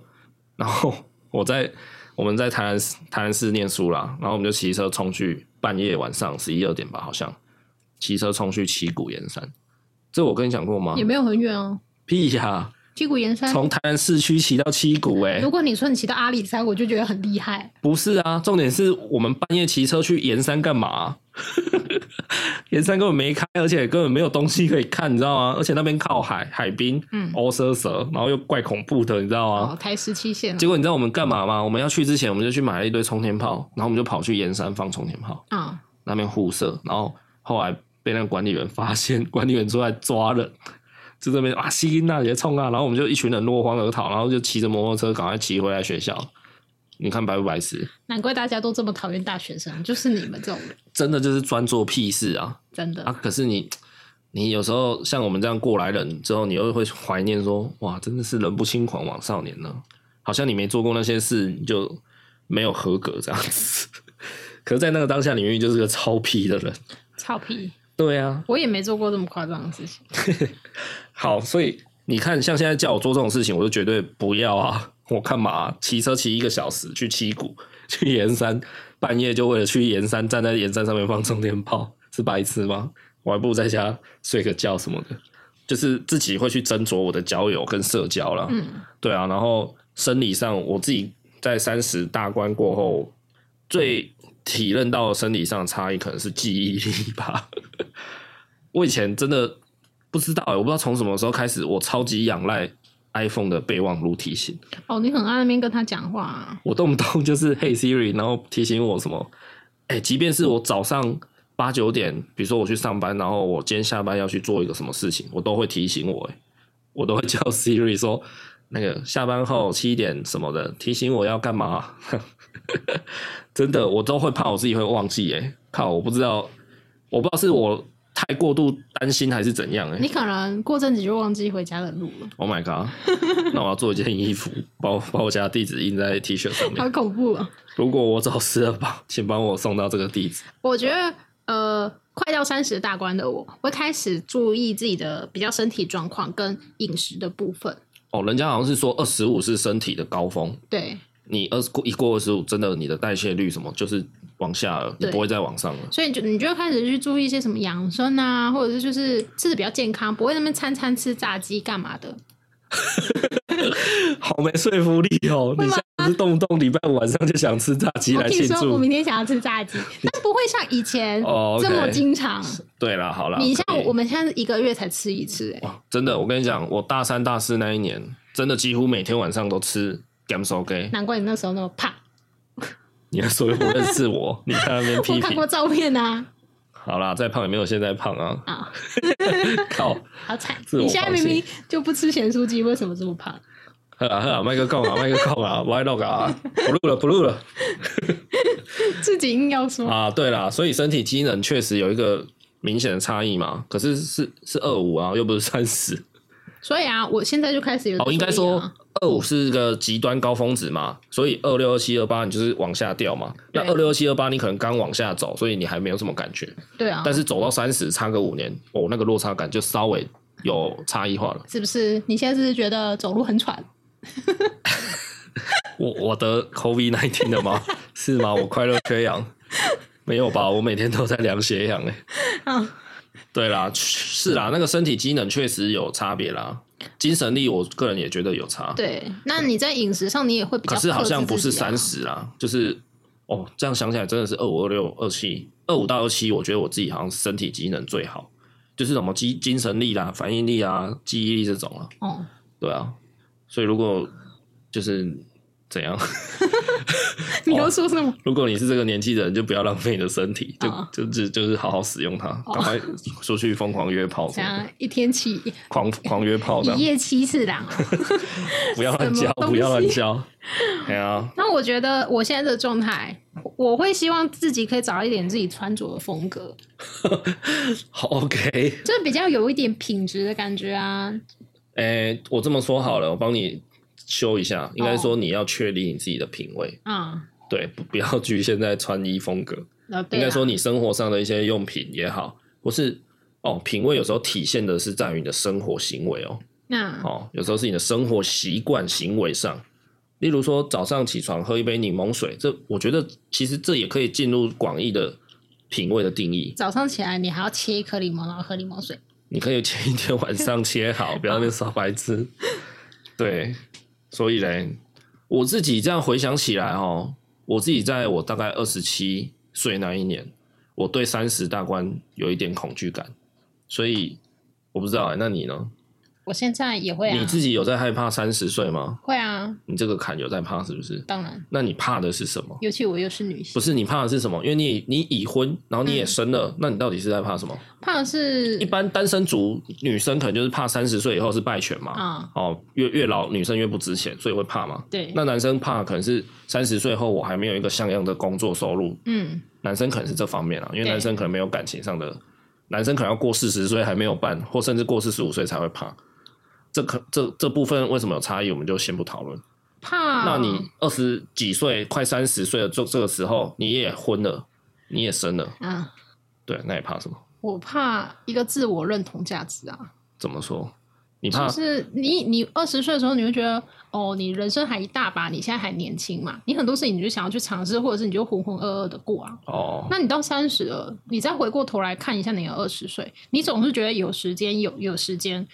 [SPEAKER 1] 然后 我在我们在台南市台南市念书啦，然后我们就骑车冲去，半夜晚上十一二点吧，好像骑车冲去旗鼓岩山，这我跟你讲过吗
[SPEAKER 2] 也？没有很远哦，
[SPEAKER 1] 屁呀、
[SPEAKER 2] 屁股沿山。
[SPEAKER 1] 从台南市区骑到旗鼓、欸，
[SPEAKER 2] 如果你说你骑到阿里山，我就觉得很厉害。
[SPEAKER 1] 不是啊，重点是我们半夜骑车去盐山干嘛、啊 盐山根本没开，而且根本没有东西可以看，你知道吗？而且那边靠海，海滨，
[SPEAKER 2] 嗯
[SPEAKER 1] 欧蛇蛇，然后又怪恐怖的，你知道吗？
[SPEAKER 2] 哦，台十七线
[SPEAKER 1] 结果你知道我们干嘛吗？我们要去之前，我们就去买了一堆冲天炮，然后我们就跑去盐山放冲天炮，
[SPEAKER 2] 啊，
[SPEAKER 1] 那边互射，然后后来被那个管理员发现， 管理员出来抓人，就这边啊吸音那些冲啊，然后我们就一群人落荒而逃，然后就骑着摩托车赶快骑回来学校。你看白不白痴？
[SPEAKER 2] 难怪大家都这么讨厌大学生，就是你们这种人，
[SPEAKER 1] 真的就是专做屁事啊
[SPEAKER 2] 真的。
[SPEAKER 1] 啊！可是你，你有时候像我们这样过来人之后，你又会怀念说，哇，真的是人不轻狂枉少年呢、好像你没做过那些事，你就没有 合格这样子。可是，在那个当下，你明明就是个超屁的人，
[SPEAKER 2] 臭屁，
[SPEAKER 1] 对啊，
[SPEAKER 2] 我也没做过这么夸张的事情。
[SPEAKER 1] 好，所以你看，像现在叫我做这种事情，我就绝对不要啊！ 我干嘛、骑车骑一个小时去七谷， 去盐山，半夜就为了去盐山，站在盐山上面放冲天炮， 是白痴吗？我还不如在家睡个觉什么的。就是自己会去斟酌我的交友跟社交啦。
[SPEAKER 2] 嗯，
[SPEAKER 1] 对啊，然后生理上，我自己在三十大关过后，最体认到的生理上的差异可能是记忆力吧。我以前真的不知道、欸，我不知道从什么时候开始，我超级仰赖 iPhone 的备忘录提醒，
[SPEAKER 2] 哦，你很爱那边跟他讲话、啊，
[SPEAKER 1] 我动不动 就是 Hey Siri，然后提醒我什么。哎、即便是我早上八九点，比如说我去上班，然后我今天下班要去做一个什么事情，我都会提醒我、欸，我都会叫 Siri 说，那个下班后七点什么的，提醒我要干嘛、 真的，我都会怕我自己会忘记、欸，靠，我不知道，我不知道是我太过度担心还是怎样、欸，
[SPEAKER 2] 你可能过阵子就忘记回家的路了，
[SPEAKER 1] Oh my god！那 我要做一件衣服，把我把我家的地址印在 T 恤上面。
[SPEAKER 2] 好恐怖啊！
[SPEAKER 1] 如果我走失了吧，请帮我送到这个地址。
[SPEAKER 2] 我觉得，呃，快到三十大关的我，会开始注意自己的比较身体状况跟饮食的部分。
[SPEAKER 1] 哦，人家好像是说二十五是身体的高峰，
[SPEAKER 2] 对，
[SPEAKER 1] 你二十一过二十五，真的你的代谢率什么就是往下了，你
[SPEAKER 2] 对
[SPEAKER 1] 不会再往上了。
[SPEAKER 2] 所以你就你就会开始去注意一些什么养生啊，或者是就是吃的比较健康，不会那边餐餐吃炸鸡干嘛的。
[SPEAKER 1] 好没说服力哦！
[SPEAKER 2] 会
[SPEAKER 1] 你现
[SPEAKER 2] 吗
[SPEAKER 1] 在不是动不动礼拜五晚上就想吃炸鸡
[SPEAKER 2] 我
[SPEAKER 1] 来
[SPEAKER 2] 跟你
[SPEAKER 1] 庆
[SPEAKER 2] 哦说，我
[SPEAKER 1] 祝
[SPEAKER 2] 明？天想要吃炸鸡， 但不会像以前
[SPEAKER 1] 哦，OK
[SPEAKER 2] 这么经常。
[SPEAKER 1] 对啦，好啦，
[SPEAKER 2] 你像
[SPEAKER 1] 可以
[SPEAKER 2] 我们现在一个月才吃一次、欸，
[SPEAKER 1] 哇，真的，我跟你讲，我大三大四那一年，真的几乎每天晚上都吃 gam so gay。
[SPEAKER 2] 难怪你那时候那么 胖。
[SPEAKER 1] 你还说不认识我，你在那边批
[SPEAKER 2] 我看
[SPEAKER 1] 评
[SPEAKER 2] 过。照片啊，
[SPEAKER 1] 好啦，再胖也没有现在胖啊！
[SPEAKER 2] 啊，
[SPEAKER 1] 靠，
[SPEAKER 2] 好惨！
[SPEAKER 1] 自我
[SPEAKER 2] 你现在
[SPEAKER 1] 反省
[SPEAKER 2] 明明就不吃咸酥鸡，为什么这么胖？
[SPEAKER 1] 喝啊喝啊，麦克控啊，麦克控啊， 歪 log 啊，不录了不录了
[SPEAKER 2] 自己硬要说，
[SPEAKER 1] 啊！对啦，所以身体机能确实有一个明显的差异嘛。可是是是二五啊，又不是三十
[SPEAKER 2] 所以啊，我现在就开始有、
[SPEAKER 1] 哦，应该
[SPEAKER 2] 啊
[SPEAKER 1] 说。二五是个极端高峰值嘛，所以二六二七二八你就是往下掉嘛。那
[SPEAKER 2] 对
[SPEAKER 1] 二六二七二八你可能刚往下走，所以你还没有什么感觉。
[SPEAKER 2] 对啊，
[SPEAKER 1] 但是走到三十，差个五年，哦，那个落差感就稍微有差异化了。
[SPEAKER 2] 是不是？你现在是不是觉得走路很喘？
[SPEAKER 1] 我我得 COVID 1 9了吗？是吗？我快乐缺氧？没有吧？我每天都在量血氧哎、
[SPEAKER 2] 啊，
[SPEAKER 1] 对啦，是啦，那个身体机能确实有差别啦，精神力我个人也觉得有差。
[SPEAKER 2] 对。那你在饮食上，你也会比较、
[SPEAKER 1] 可是好像不
[SPEAKER 2] 啊
[SPEAKER 1] 是三，十啦，就是哦，这样想起来真的是二五、二六、二七、二五到二七，我觉得我自己好像身体机能最好，就是什么肌精神力啦、反应力啊、记忆力这种啊。
[SPEAKER 2] 哦，
[SPEAKER 1] 对啊，所以如果就是怎样，
[SPEAKER 2] 你
[SPEAKER 1] 哦
[SPEAKER 2] 要说什么？
[SPEAKER 1] 如果你是这个年纪的人，就不要浪费你的身体，就、
[SPEAKER 2] 哦
[SPEAKER 1] 就就就是好好使用它，赶、快出去疯狂约炮什
[SPEAKER 2] 想
[SPEAKER 1] 么的，
[SPEAKER 2] 要一天起
[SPEAKER 1] 狂狂约炮这
[SPEAKER 2] 一
[SPEAKER 1] 样，
[SPEAKER 2] 夜七次郎哦、
[SPEAKER 1] 不要乱交
[SPEAKER 2] 什，么东
[SPEAKER 1] 不要乱
[SPEAKER 2] 西
[SPEAKER 1] 交，哎呀，
[SPEAKER 2] 那我觉得我现在的状态，我会希望自己可以找一点自己穿着的风格，
[SPEAKER 1] 好 OK，
[SPEAKER 2] 就是比较有一点品质的感觉啊。
[SPEAKER 1] 哎、我这么说好了，我帮你修一下，应该
[SPEAKER 2] 哦
[SPEAKER 1] 说你要确立你自己的品味，
[SPEAKER 2] 啊、
[SPEAKER 1] 对，不不要局限在穿衣风格，
[SPEAKER 2] 嗯，对
[SPEAKER 1] 应
[SPEAKER 2] 啊
[SPEAKER 1] 该说你生活上的一些用品也好，或是哦，品味有时候体现的是在于你的生活行为哦。
[SPEAKER 2] 那
[SPEAKER 1] 哦，有时候是你的生活习惯、行为上，例如说早上起床喝一杯柠檬水，这我觉得其实这也可以进入广义的品味的定义。
[SPEAKER 2] 早上起来你还要切一颗柠檬，然后喝柠檬水。
[SPEAKER 1] 你可以前一天晚上切好，不要那边耍白痴。对，所以嘞，我自己这样回想起来哦，我自己在我大概二十七岁那一年，我对三十大关有一点恐惧感，所以我不知道哎、那你呢？
[SPEAKER 2] 我现在也会
[SPEAKER 1] 你
[SPEAKER 2] 啊，
[SPEAKER 1] 自己有在害怕三十岁吗？
[SPEAKER 2] 会啊，
[SPEAKER 1] 你这个坎有在怕是不是？
[SPEAKER 2] 当然，
[SPEAKER 1] 那你怕的是什么？
[SPEAKER 2] 尤其我又是女
[SPEAKER 1] 不
[SPEAKER 2] 性，
[SPEAKER 1] 是你怕的是什么？因为你你已婚，然后你也生了，那你到底是在怕什么？
[SPEAKER 2] 胖
[SPEAKER 1] 一
[SPEAKER 2] 是
[SPEAKER 1] 般单身族女生可能就是怕三十岁以后是败犬嘛，
[SPEAKER 2] 啊
[SPEAKER 1] 哦，越越老女生越不值钱，所以会怕嘛。
[SPEAKER 2] 对，
[SPEAKER 1] 那男生怕可能是三十岁后我还没有一个像样的工作收入，
[SPEAKER 2] 嗯，
[SPEAKER 1] 男生可能是这方面啊，因为
[SPEAKER 2] 对
[SPEAKER 1] 男生可能没有感情上的，男生可能要过四十岁还没有办，或甚至过四十五岁才会怕。这可这这部分为什么有差异，我们就先不讨论。
[SPEAKER 2] 胖。
[SPEAKER 1] 那你二十几岁、快三十岁的这这个时候，你也婚了，你也生了，
[SPEAKER 2] 啊，
[SPEAKER 1] 对，那也怕什么？
[SPEAKER 2] 我怕一个自我认同价值啊，
[SPEAKER 1] 怎么说？你怕、
[SPEAKER 2] 就是你你二十岁的时候，你会觉得哦，你人生还一大把，你现在还年轻嘛，你很多事情你就想要去尝试，或者是你就浑浑噩噩的过啊。
[SPEAKER 1] 哦？
[SPEAKER 2] 那你到三十了，你再回过头来看一下你的二十岁，你总是觉得有时间有有时间，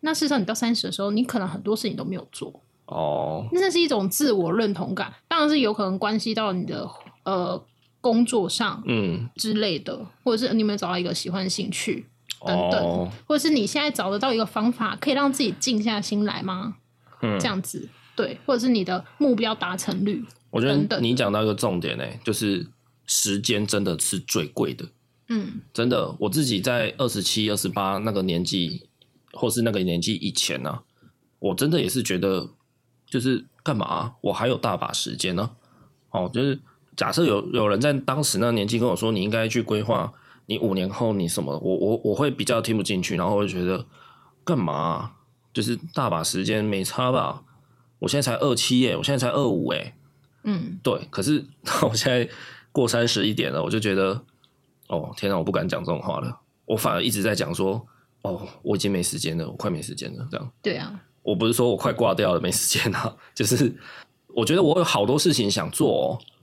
[SPEAKER 2] 那事实上你到三十的时候，你可能很多事情都没有做，
[SPEAKER 1] 哦，
[SPEAKER 2] 那是一种自我认同感，当然是有可能关系到你的呃工作上
[SPEAKER 1] 嗯，
[SPEAKER 2] 之类的，或者是你有没有找到一个喜欢的兴趣，等等
[SPEAKER 1] 哦，
[SPEAKER 2] 或者是你现在找得到一个方法可以让自己静下心来吗？
[SPEAKER 1] 嗯
[SPEAKER 2] 这样子对，或者是你的目标达成率，
[SPEAKER 1] 我觉
[SPEAKER 2] 等
[SPEAKER 1] 得
[SPEAKER 2] 等
[SPEAKER 1] 你讲到一个重点呢、就是时间真的是最贵的。
[SPEAKER 2] 嗯
[SPEAKER 1] 真的，我自己在二十七、二十八那个年纪，或是那个年纪以前呢、啊，我真的也是觉得，就是干嘛啊、我还有大把时间呢、哦，就是假设有有人在当时那个年纪跟我说，你应该去规划你五年后你什么，我我我会比较听不进去，然后我会觉得干嘛啊、就是大把时间没差吧？我现在才二七耶，我现在才二五哎，
[SPEAKER 2] 嗯，
[SPEAKER 1] 对，可是我现在过三十一点了，我就觉得，哦，天哪，我不敢讲这种话了。我反而一直在讲说，哦，我已经没时间了，我快没时间了。这样，
[SPEAKER 2] 对啊，
[SPEAKER 1] 我不是说我快挂掉了，没时间啊，就是我觉得我有好多事情想做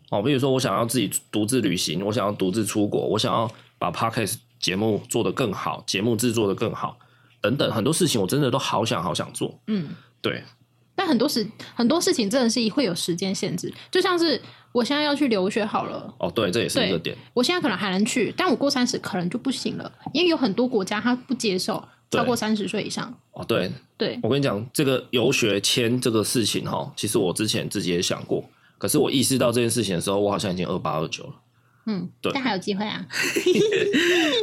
[SPEAKER 1] 哦，哦，比如说我想要自己独自旅行，我想要独自出国，我想要把 podcast 节目做得更好，节目制作得更好，等等，很多事情我真的都好想好想做。
[SPEAKER 2] 嗯。
[SPEAKER 1] 对，
[SPEAKER 2] 但很多时很多事情真的是会有时间限制，就像是我现在要去留学好了，
[SPEAKER 1] 哦，对，这也是一
[SPEAKER 2] 对
[SPEAKER 1] 个点。
[SPEAKER 2] 我现在可能还能去，但我过三十可能就不行了，因为有很多国家它不接受
[SPEAKER 1] 对
[SPEAKER 2] 超过三十岁以上。
[SPEAKER 1] 哦，对，
[SPEAKER 2] 对，
[SPEAKER 1] 我跟你讲，这个游学签这个事情哈，其实我之前自己也想过，可是我意识到这件事情的时候，我好像已经二八二九了。
[SPEAKER 2] 嗯，
[SPEAKER 1] 对
[SPEAKER 2] 但还有机会啊。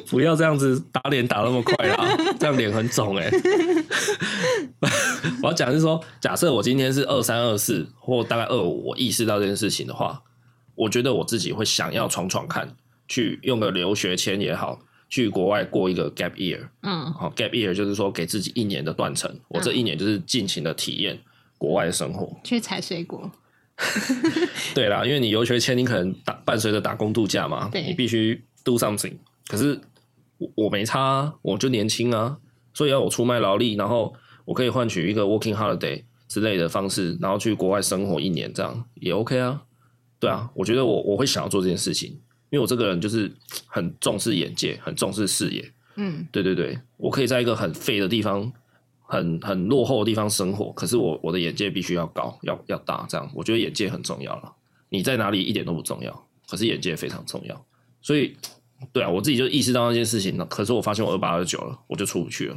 [SPEAKER 1] 不要这样子打脸打那么快啦，这样脸很肿哎、 我要讲的是说，假设我今天是二三二四或大概二五，我意识到这件事情的话，我觉得我自己会想要闯闯看，去用个留学签也好，去国外过一个 gap year。
[SPEAKER 2] 嗯
[SPEAKER 1] 好、g a p year 就是说给自己一年的断层，我这一年就是尽情的体验国外的生活。
[SPEAKER 2] 去采水果，
[SPEAKER 1] 对啦，因为你游学签，你可能打伴随着打工度假嘛，
[SPEAKER 2] 对
[SPEAKER 1] 你必须 do something。可是我我没差、啊，我就年轻啊，所以要我出卖劳力，然后我可以换取一个 working holiday 之类的方式，然后去国外生活一年，这样也 OK 啊。对啊，我觉得我我会想要做这件事情，因为我这个人就是很重视眼界，很重视视野。
[SPEAKER 2] 嗯，
[SPEAKER 1] 对对对，我可以在一个很废的地方、很很落后的地方生活，可是我我的眼界必须要高，要要大，这样我觉得眼界很重要了。你在哪里一点都不重要，可是眼界非常重要。所以，对啊，我自己就意识到那件事情了。可是我发现我二八二九了，我就出不去了。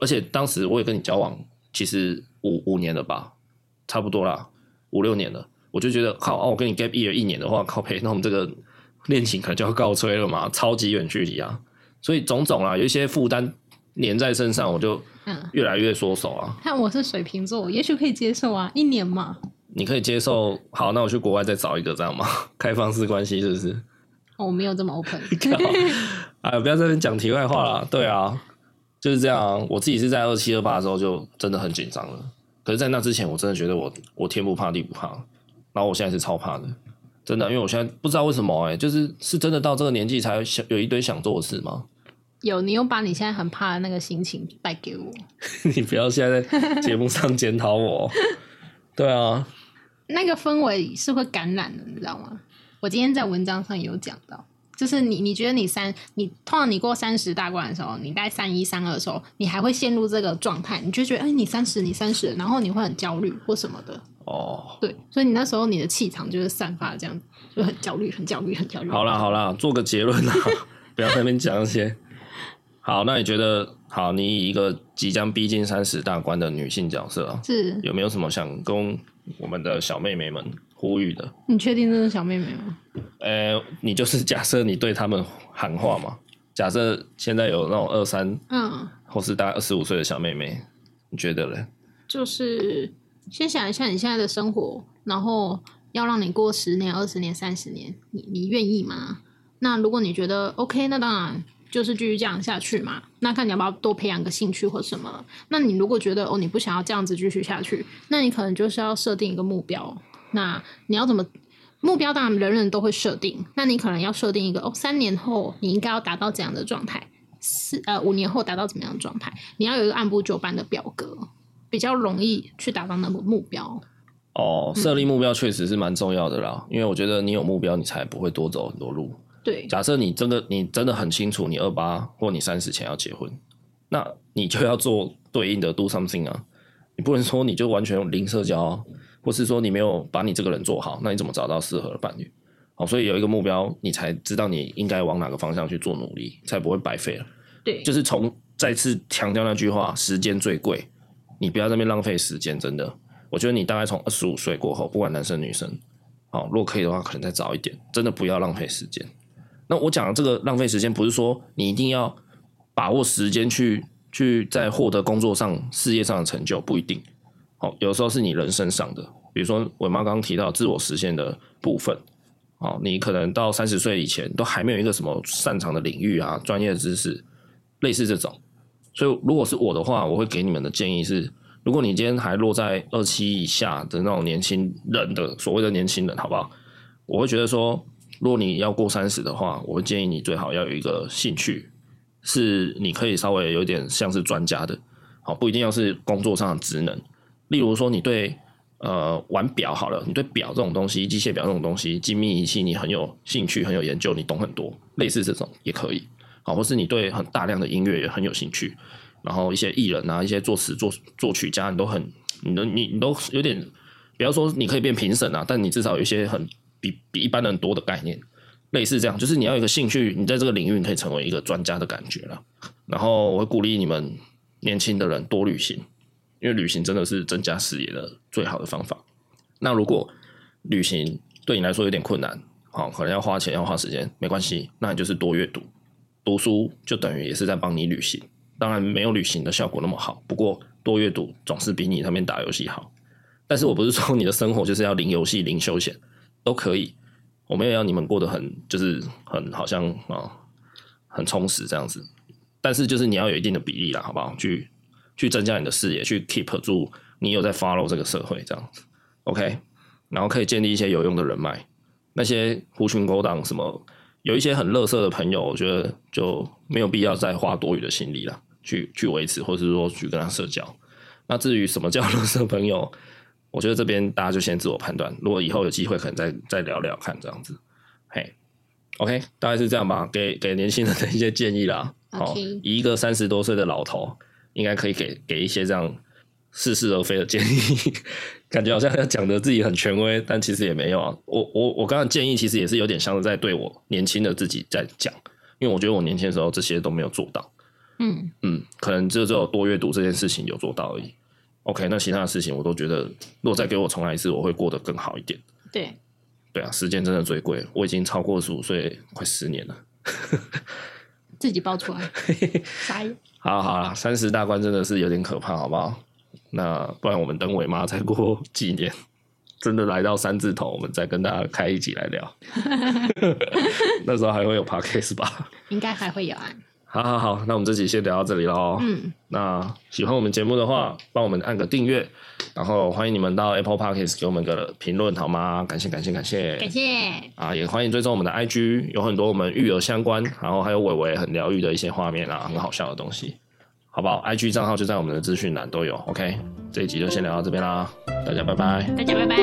[SPEAKER 1] 而且当时我也跟你交往，其实五五年了吧，差不多啦，五六年了。我就觉得靠，哦，我跟你 gap year 一年的话，靠呸，那我们这个恋情可能就要告吹了嘛，超级远距离啊。所以种种啦，有一些负担粘在身上，我就
[SPEAKER 2] 嗯
[SPEAKER 1] 越来越缩手啊。
[SPEAKER 2] 看我是水瓶座，也许可以接受啊，一年嘛，
[SPEAKER 1] 你可以接受，好，那我去国外再找一个这样吗？ 开放式关系是不是？
[SPEAKER 2] 哦我没有这 么 open。
[SPEAKER 1] 哎，不要在这边讲题外话啦。对啊，就是这样啊。我自己是在二七二八的时候就真的很紧张了，可是，在那之前，我真的觉得我我天不怕地不怕，然后我现在是超怕的，真的，因为我现在不知道为什么、哎，就是是真的到这个年纪才想有一堆想做的事吗？
[SPEAKER 2] 有，你又把你现在很怕的那个心情带给我。
[SPEAKER 1] 你不要现在在节目上检讨我。哦 对啊，
[SPEAKER 2] 那个氛围是会感染的，你知道吗？我今天在文章上有讲到，就是你你觉得你三，你通常你过三十大关的时候，你大概三一三二的时候，你还会陷入这个状态，你就觉得哎、你三十，你三十，然后你会很焦虑或什么的，
[SPEAKER 1] 哦，
[SPEAKER 2] 对，所以你那时候你的气场就是散发这样，就很焦虑，很焦虑，很焦虑。
[SPEAKER 1] 好啦好啦，做个结论啦， 不要在那边讲那些。好，那你觉得，好，你以一个即将逼近三十大关的女性角色啊，
[SPEAKER 2] 是
[SPEAKER 1] 有没有什么想跟我们的小妹妹们呼吁的？
[SPEAKER 2] 你确定这是小妹妹吗？
[SPEAKER 1] 呃，你就是假设你对她们喊话嘛，假设现在有那种二三
[SPEAKER 2] 嗯，
[SPEAKER 1] 或是大概二十五岁的小妹妹，你觉得嘞？
[SPEAKER 2] 就是先想一下你现在的生活，然后要让你过十年、二十年、三十年，你你愿意吗？那如果你觉得 OK，那当然就是继续这样下去嘛。那看你要不要多培养个兴趣或什么。那你如果觉得哦，你不想要这样子继续下去，那你可能就是要设定一个目标。那你要怎么？目标当然人人都会设定，那你可能要设定一个哦，三年后你应该要达到怎样的状态？四呃五年后达到怎么样的状态，你要有一个按部就班的表格，比较容易去达到那个目标。
[SPEAKER 1] 哦，设立目标确实是蛮重要的啦，因为我觉得你有目标，你才不会多走很多路。
[SPEAKER 2] 对，
[SPEAKER 1] 假设你真的你真的很清楚，你二八或你三十前要结婚，那你就要做对应的 do something 啊，你不能说你就完全零社交、啊，或是说你没有把你这个人做好，那你怎么找到适合的伴侣？好，所以有一个目标，你才知道你应该往哪个方向去做努力，才不会白费了。
[SPEAKER 2] 对，
[SPEAKER 1] 就是从再次强调那句话，时间最贵，你不要在那边浪费时间，真的。我觉得你大概从二十五岁过后，不管男生女生，好，如果可以的话，可能再早一点，真的不要浪费时间。那我讲的这个浪费时间，不是说你一定要把握时间去去在获得工作上、事业上的成就，不一定。好，有时候是你人生上的，比如说我妈刚刚提到自我实现的部分。哦，你可能到三十岁以前都还没有一个什么擅长的领域啊、专业知识，类似这种。所以，如果是我的话，我会给你们的建议是：如果你今天还落在二七以下的那种年轻人的所谓的年轻人，好不好？我会觉得说，如果你要过三十的话，我会建议你最好要有一个兴趣，是你可以稍微有点像是专家的，好，不一定要是工作上的职能。例如说，你对呃玩表好了，你对表这种东西、机械表这种东西、精密仪器，你很有兴趣、很有研究，你懂很多，类似这种也可以。好，或是你对很大量的音乐也很有兴趣，然后一些艺人啊、一些作词作作曲家，你都很，你都你你都有点，不要说你可以变评审啊，但你至少有一些很比比一般人多的概念，类似这样，就是你要有一个兴趣，你在这个领域你可以成为一个专家的感觉了。然后我会鼓励你们年轻的人多旅行，因为旅行真的是增加视野的最好的方法。那如果旅行对你来说有点困难，好、可能要花钱要花时间，没关系，那你就是多阅读，读书就等于也是在帮你旅行。当然没有旅行的效果那么好，不过多阅读总是比你那边打游戏好。但是我不是说你的生活就是要零游戏、零休闲，都可以。我没有要你们过得很就是很好像啊、很充实这样子，但是就是你要有一定的比例啦，好不好？去去增加你的视野，去 keep 住你有在 follow 这个社会这样子，OK？然后可以建立一些有用的人脉，那些狐群狗党什么，有一些很乐色的朋友，我觉得就没有必要再花多余的心力了，去去维持，或是说去跟他社交。那至于什么叫乐色朋友， 我觉得这边大家就先自我判断，如果以后有机会，可能再再聊聊看这样子，嘿。OK，大概是这样吧，给给年轻人的一些建议啦。好
[SPEAKER 2] OK
[SPEAKER 1] 以一个三十多岁的老头，应该可以给给一些这样似是而非的建议， 感觉好像要讲的自己很权威，但其实也没有啊。我我我刚刚的建议其实也是有点像是在对我年轻的自己在讲，因为我觉得我年轻的时候这些都没有做到，
[SPEAKER 2] 嗯，
[SPEAKER 1] 嗯，可能就只有多阅读这件事情有做到而已。OK，那其他的事情我都觉得，如果再给我重来一次，我会过得更好一点。
[SPEAKER 2] 对，
[SPEAKER 1] 对啊，时间真的最贵，我已经超过十五岁，快十年了。
[SPEAKER 2] 自己爆出来，傻眼。
[SPEAKER 1] 好啦好啦，三十大关真的是有点可怕，好不好？那不然我们等伟妈再过几年，真的来到三字头，我们再跟大家开一集来聊。那时候还会有 podcast 吧？
[SPEAKER 2] 应该还会有案。
[SPEAKER 1] 好好好，那我们这集先聊到这里喽。
[SPEAKER 2] 嗯，
[SPEAKER 1] 那喜欢我们节目的话，帮我们按个订阅，然后欢迎你们到 Apple Podcast 给我们个评论好吗？感谢感谢感谢
[SPEAKER 2] 感谢，
[SPEAKER 1] 啊！也欢迎追踪我们的 IG，有很多我们育儿相关，然后还有伟伟很疗愈的一些画面啊，很好笑的东西，好不好？IG 账号就在我们的资讯栏都有。OK，这一集就先聊到这边啦，大家拜拜。
[SPEAKER 2] 大家拜拜。